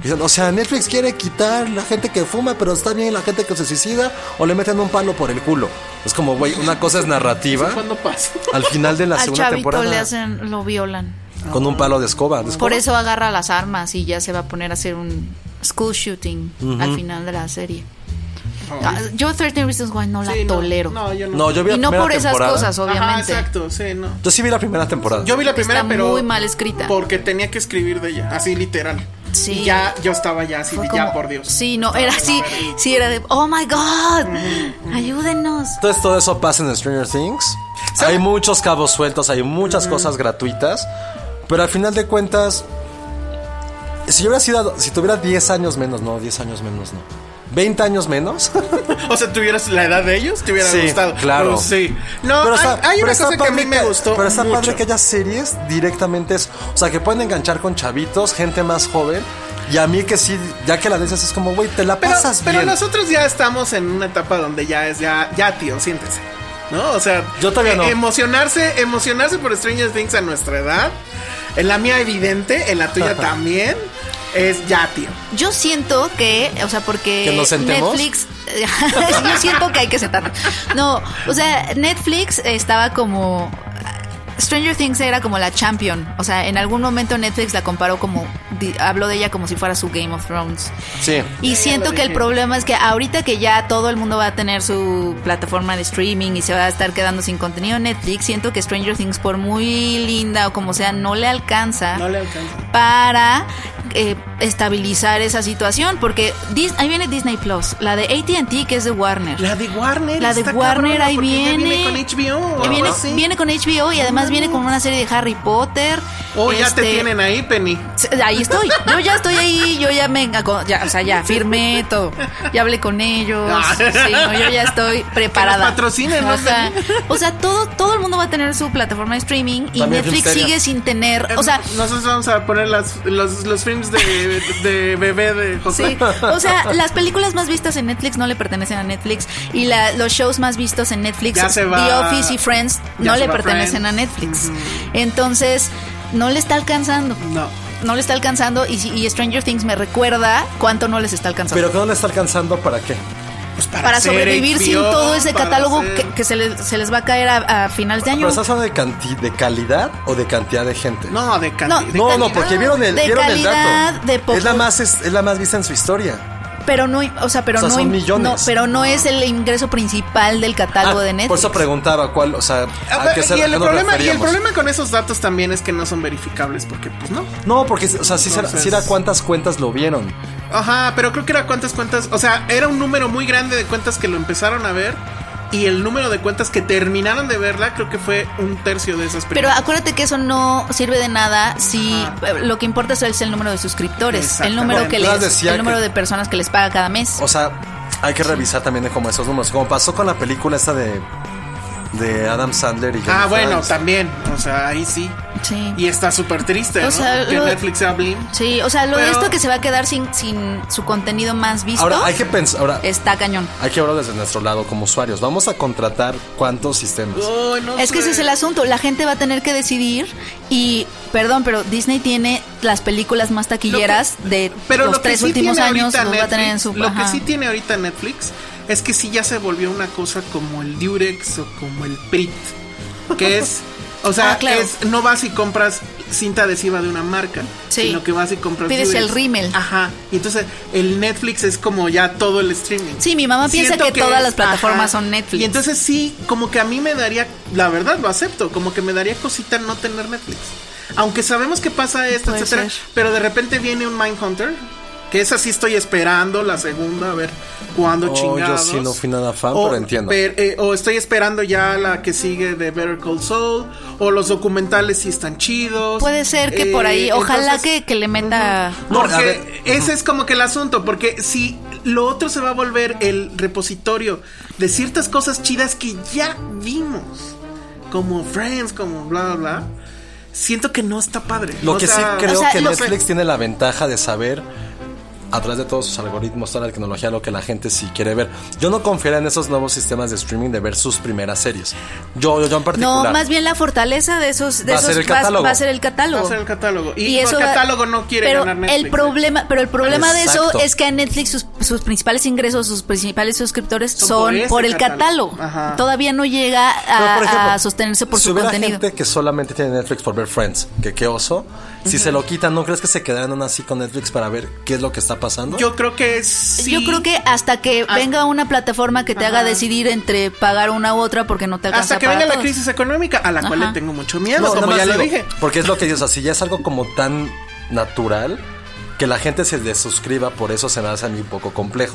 Dicen, o sea, Netflix quiere quitar la gente que fuma, pero está bien la gente que se suicida o le meten un palo por el culo. Es como, güey, una cosa es narrativa.
¿Cuándo pasa?
Al final de la
Al
segunda
chavito le
temporada,
hacen, lo violan.
con un palo de escoba. de
Por
escoba.
eso agarra las armas y ya se va a poner a hacer un school shooting al final de la serie. Ah, Yo 13 Reasons Why no la
Oh. Sí, no,
tolero.
No, yo no.
No, yo vi la
e- y no
primera
por esas
temporada.
cosas,
Ajá,
obviamente.
exacto, sí, no.
Yo sí vi la primera temporada.
Yo vi la primera,
Está
pero.
muy mal escrita.
Porque tenía que escribir de ella, así literal.
Sí.
Y ya, yo estaba ya así,
Fue
de, ya
como-
por Dios.
Sí, no, era así. Sí, era de, oh my God, ayúdenos.
Entonces todo eso pasa en Stranger Things. Hay muchos cabos sueltos, hay muchas
Mm.
cosas gratuitas. Pero al final de cuentas, si yo hubiera sido, si tuviera 10 años menos, no, 10 años menos, no. 20 años menos.
O sea, tuvieras la edad de ellos, te hubiera
Sí,
gustado.
claro.
Pero sí. No, hay, hay
pero
una
está
cosa que a mí
padre
me gustó.
Pero está
mucho.
padre que haya series directamente es. O sea, que pueden enganchar con chavitos, gente más joven. Y a mí que sí, ya que la dices es como, güey, te la
Pero,
pasas
pero
bien.
nosotros ya estamos en una etapa donde ya es, ya, ya tío, siéntese. ¿No? O sea, e
Yo todavía no.
emocionarse, emocionarse por Stranger Things a nuestra edad. En la mía, evidente, en la tuya también. Es ya, tío.
Yo siento que, o sea, porque
¿Que nos sentemos?
Netflix, yo siento que hay que sentarnos. No, o sea, Netflix estaba como Stranger Things era como la champion, o sea, en algún momento Netflix la comparó como di- habló de ella como si fuera su Game of Thrones.
Sí.
Y siento que el problema es que ahorita que ya todo el mundo va a tener su plataforma de streaming y se va a estar quedando sin contenido en Netflix, siento que Stranger Things, por muy linda o como sea, no le alcanza
No le alcanza.
para eh, estabilizar esa situación. Porque Dis- ahí viene Disney Plus, la de ATT, que es de Warner.
La de Warner.
La de
está
Warner
cabrona,
ahí
porque ya
viene.
viene con HBO.
Que viene,
sí.
viene con HBO y además viene con una serie de Harry Potter.
Oh, ya
este,
te tienen ahí, Penny.
se- Ahí estoy, yo ya estoy ahí, yo ya me, aco- ya, o sea, ya firmé todo, ya hablé con ellos,
Ah.
sí, no, yo ya estoy preparada.
patrocinen, ¿no?
o sea, o sea, todo, todo el mundo va a tener su plataforma de streaming y
También
Netflix
Filmsteria.
sigue sin tener, o sea,
nosotros vamos a poner las, los, los films de, de bebé de
Sí,
José.
o sea, las películas más vistas en Netflix no le pertenecen a Netflix y la- los shows más vistos en Netflix,
Ya se va-
The Office y Friends,
ya
no
se
le
va
pertenecen
Friends.
a Netflix. Entonces, no le está alcanzando.
No.
No le está alcanzando y, si- y Stranger Things me recuerda cuánto no les está alcanzando.
Pero que no le está alcanzando para qué.
Pues
para
hacer
sobrevivir sin
HBO,
todo ese
para
catálogo
hacer-
que, que se, les, se les va a caer a, a finales de año.
Ah, ¿Pero estás hablando de, canti- de calidad o de cantidad de gente?
No, de
No,
cantidad.
de
No, no,
calidad.
porque vieron el,
De
vieron el
calidad,
dato.
de popu-
es la más es, es la más vista en su historia.
Pero no, o sea,
O
pero
sea,
no,
son millones.
no, pero no es el ingreso principal del catálogo
Ah,
de Netflix.
Por eso preguntaba cuál, o sea,
Ah,
a qué se-
y,
a
el
qué nos
problema, y el
referíamos.
problema con esos datos también es que no son verificables, porque pues no.
No, porque o sea, sí, será-
Entonces-
sí era cuántas cuentas lo vieron.
Ajá, pero creo que era cuántas cuentas. O sea, era un número muy grande de cuentas que lo empezaron a ver. Y el número de cuentas que terminaron de verla, creo que fue un tercio de esas
Pero
primeras. Ah,
acuérdate que eso no sirve de nada si
Ajá.
eh, lo que importa es el número de suscriptores, el
Exactamente.
número que
Entonces
les,
decía
el número
que-
de personas que les paga cada mes.
O sea, hay que revisar también como esos números. Como pasó con la película esta de de Adam Sandler y
Ah,
Jennifer
bueno,
Aniston.
también. O sea, ahí sí.
Sí.
Y está súper triste,
O
¿no?
sea,
que
lo-
Netflix sea Blim.
Sí, o sea, lo de
Pero-
esto que se va a quedar sin, sin su contenido más visto
Ahora hay que pensar, ahora
está cañón.
hay que hablar desde nuestro lado como usuarios. Vamos a contratar cuántos sistemas.
Ay, no
Es que ese
sé.
es el asunto, la gente va a tener que decidir y, perdón, pero Disney tiene las películas más taquilleras de
Pero
los
lo que
tres
sí
últimos
tiene
años,
ahorita
los va a tener en
Netflix-
su...
Lo que
ajá.
sí tiene ahorita Netflix es que sí ya se volvió una cosa como el Durex o como el Prit, que es o sea,
Ah, claro.
es no vas y compras cinta adhesiva de una marca,
Sí.
sino que vas y compras
Pides
Durex.
el rímel.
Ajá. Y entonces el Netflix es como ya todo el streaming.
Sí, mi mamá piensa
Siento
que todas las plataformas
ajá.
son Netflix.
Y entonces sí, como que a mí me daría, la verdad lo acepto, como que me daría cosita no tener Netflix. Aunque sabemos que pasa esto,
Puede
etcétera,
ser.
pero de repente viene un Mindhunter, que esa sí estoy esperando la segunda, a ver cuándo
Oh,
chingados.
yo sí no fui nada fan,
o,
pero entiendo.
per- eh, o estoy esperando ya la que sigue de Better Call Saul, o los documentales sí están chidos.
Puede ser que por ahí,
Eh,
ojalá
entonces-
que, que le meta...
No, a
porque
ver.
ese es como que el asunto, porque si lo otro se va a volver el repositorio de ciertas cosas chidas que ya vimos, como Friends, como bla, bla, bla, siento que no está padre.
Lo
O
que sí
sea,
creo
o sea,
que
lo-
Netflix tiene la ventaja de saber a través de todos sus algoritmos, toda la tecnología, lo que la gente sí quiere ver. Yo no confiaría en esos nuevos sistemas de streaming de ver sus primeras series. Yo, yo, yo en particular.
No, más bien la fortaleza de esos... De
Va a
esos
ser el catálogo.
va a ser el catálogo.
Va a ser el catálogo. Y,
Y
el
eso va-
catálogo no quiere
pero
ganar Netflix.
El problema, pero el problema de
Exacto.
eso es que a Netflix sus, sus principales ingresos, sus principales suscriptores son,
Son por
por,
ese
el
catálogo.
catálogo.
Ajá.
Todavía no llega
Pero,
a,
por ejemplo,
a sostenerse por
si
su
hubiera
contenido.
gente que solamente tiene Netflix por ver Friends, que qué oso. Si se lo quitan, ¿no crees que se quedarán aún así con Netflix para ver qué es lo que está pasando?
Yo creo que sí.
Yo creo que hasta que
Hasta-
venga una plataforma que te haga decidir entre pagar una u otra porque no te alcanza
Hasta que
para
venga la
todos.
crisis económica, a la cual
Ajá.
le tengo mucho
No,
miedo,
nada
como
más
ya lo
digo,
dije.
Porque es lo que ellos así ya es algo como tan natural que la gente se desuscriba, por eso se me hace a mí un poco complejo.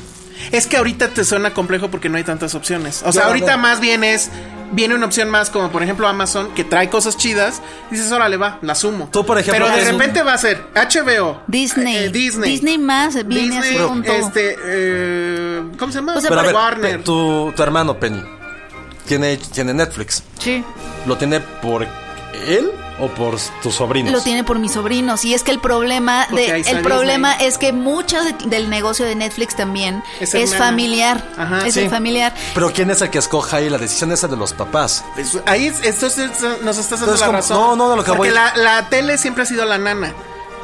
Es que ahorita te suena complejo porque no hay tantas opciones. O sea,
Claro.
ahorita más bien es. Viene una opción más, como por ejemplo Amazon, que trae cosas chidas. Y dices, órale, va, la sumo.
Tú, por ejemplo,
Pero de
eres un-
repente va a ser HBO,
Disney.
eh, Disney.
Disney más viene así
Disney,
con todo.
Este, eh, ¿cómo se llama?
O sea,
Pero a ver,
Warner.
pe- tu, tu hermano Penny tiene, tiene Netflix.
Sí.
¿Lo tiene por él o por tus sobrinos?
Lo tiene por mis sobrinos. Y es que el problema
Porque
de,
ahí está
el problema
Disney.
es que mucho de- del negocio de Netflix también
Es
es,
hermano.
familiar.
Ajá,
es
sí.
el familiar.
Pero ¿quién es el que escoja ahí la decisión esa de los papás?
Pues, ahí es- esto es- esto- nos estás dando
Entonces,
la
¿cómo?
razón.
No, no, no, lo que voy-
Porque la, la tele siempre ha sido la nana.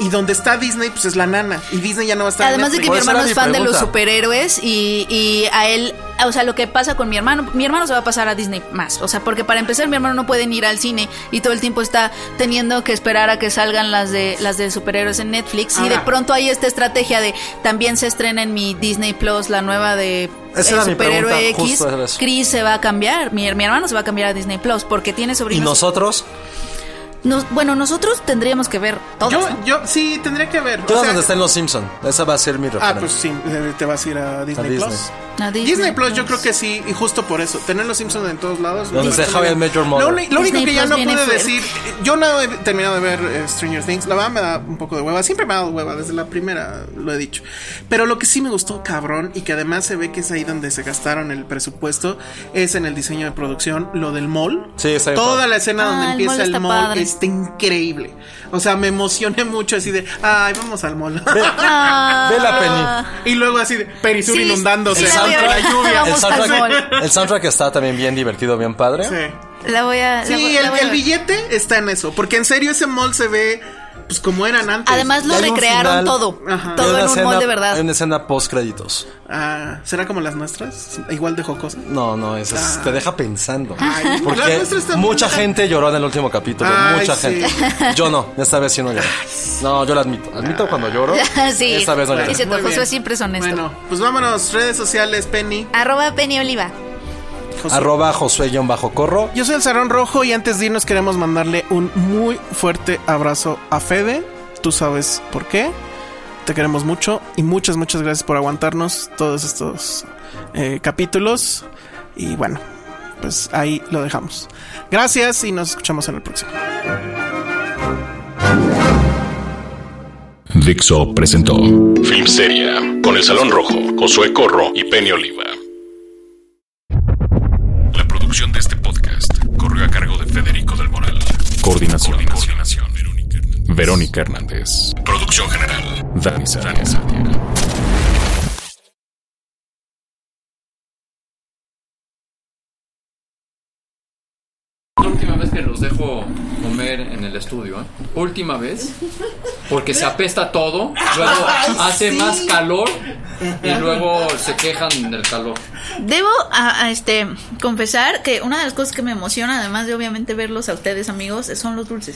Y donde está Disney, pues es la nana. Y Disney ya no va a estar. en
Además de que
Netflix.
Por
mi
eso
hermano
era
es
mi
fan de los
pregunta.
superhéroes y, y a él, o sea, lo que pasa con mi hermano, mi hermano se va a pasar a Disney más, o sea, porque para empezar mi hermano no puede ni ir al cine y todo el tiempo está teniendo que esperar a que salgan las de las de superhéroes en Netflix y de
Ahora.
pronto hay esta estrategia de también se estrena en mi Disney Plus la nueva de
Esa
eh,
era mi
superhéroe
pregunta,
X,
justo era eso.
Chris se va a cambiar, mi, mi hermano se va a cambiar a Disney Plus porque tiene
¿Y
sobrinos.
nosotros?
Nos- bueno, nosotros tendríamos que ver todos.
Yo,
¿no?
yo sí tendría que ver. O
Todos
sea,
donde estén los Simpson. Esa va a ser mi
ah,
referencia.
pues sí, eh, te vas a ir a Disney,
Disney.
Plus.
A
Disney, Plus, yo creo que sí, y justo por eso, tener los Simpsons en todos lados.
Donde
me
se
parece
How I
bien.
Met Your Mother.
Lo, uni- lo único
Disney
que ya
Plus
no
viene
pude
fuerte.
decir, yo no he terminado de ver eh, Stranger Things, la verdad me da un poco de hueva, siempre me ha dado hueva, desde la primera lo he dicho. Pero lo que sí me gustó, cabrón, y que además se ve que es ahí donde se gastaron el presupuesto, es en el diseño de producción, lo del mall.
Sí, está bien
Toda
padre.
la escena donde
Ah, el
empieza
mall
el
está
mall
padre.
está increíble. O sea, me emocioné mucho así de, ay, vamos al mall.
Ah.
Ve la Penny.
y luego así de, Perisur
Sí,
inundándose.
sí,
El
la voy a
soundtrack,
ver.
la lluvia.
el,
Vamos al
soundtrack,
mall.
el soundtrack está también bien divertido, bien padre.
Sí.
La voy a. la voy-
Sí,
la
el,
voy a
el
ver.
billete está en eso. Porque en serio ese mall se ve pues como eran antes.
Además
Y
lo
hay un
recrearon
final-
todo.
Ajá.
Hay
Todo
una
en un
escena-
mall de
Hay
verdad.
una escena post créditos.
Ah, ¿Será como las nuestras? Igual de jocosa.
No, no, es, es- te deja pensando.
Ay, las
porque
nuestras también
mucha
están-
gente lloró en el último capítulo.
Ay,
mucha
sí.
gente. Yo no, esta vez sí no lloré. No, yo lo admito. Admito cuando lloro.
sí.
Esta vez no
Sí,
lloré.
es cierto,
Muy bien.
Josué siempre es honesto.
Bueno, pues vámonos, redes sociales, Penny.
Arroba Penny Oliva.
Josué.
Arroba Josué-Corro.
Yo soy el Sarón Rojo y antes de irnos queremos mandarle un muy fuerte abrazo a Fede. Tú sabes por qué. Te queremos mucho y muchas, muchas gracias por aguantarnos todos estos eh, capítulos. Y bueno, pues ahí lo dejamos. Gracias y nos escuchamos en el próximo.
Dixo presentó Film Seria con El Salón Rojo, Josué Corro y Penny Oliva. La producción de este podcast Coordinación. Verónica Hernández. Producción general. Dani Sánchez.
última vez que los dejo comer en el estudio, ¿eh? Última vez. Porque se apesta todo, luego hace más calor y luego se quejan del calor.
Debo a- a, este, confesar que una de las cosas que me emociona, además de obviamente verlos a ustedes, amigos, son los dulces.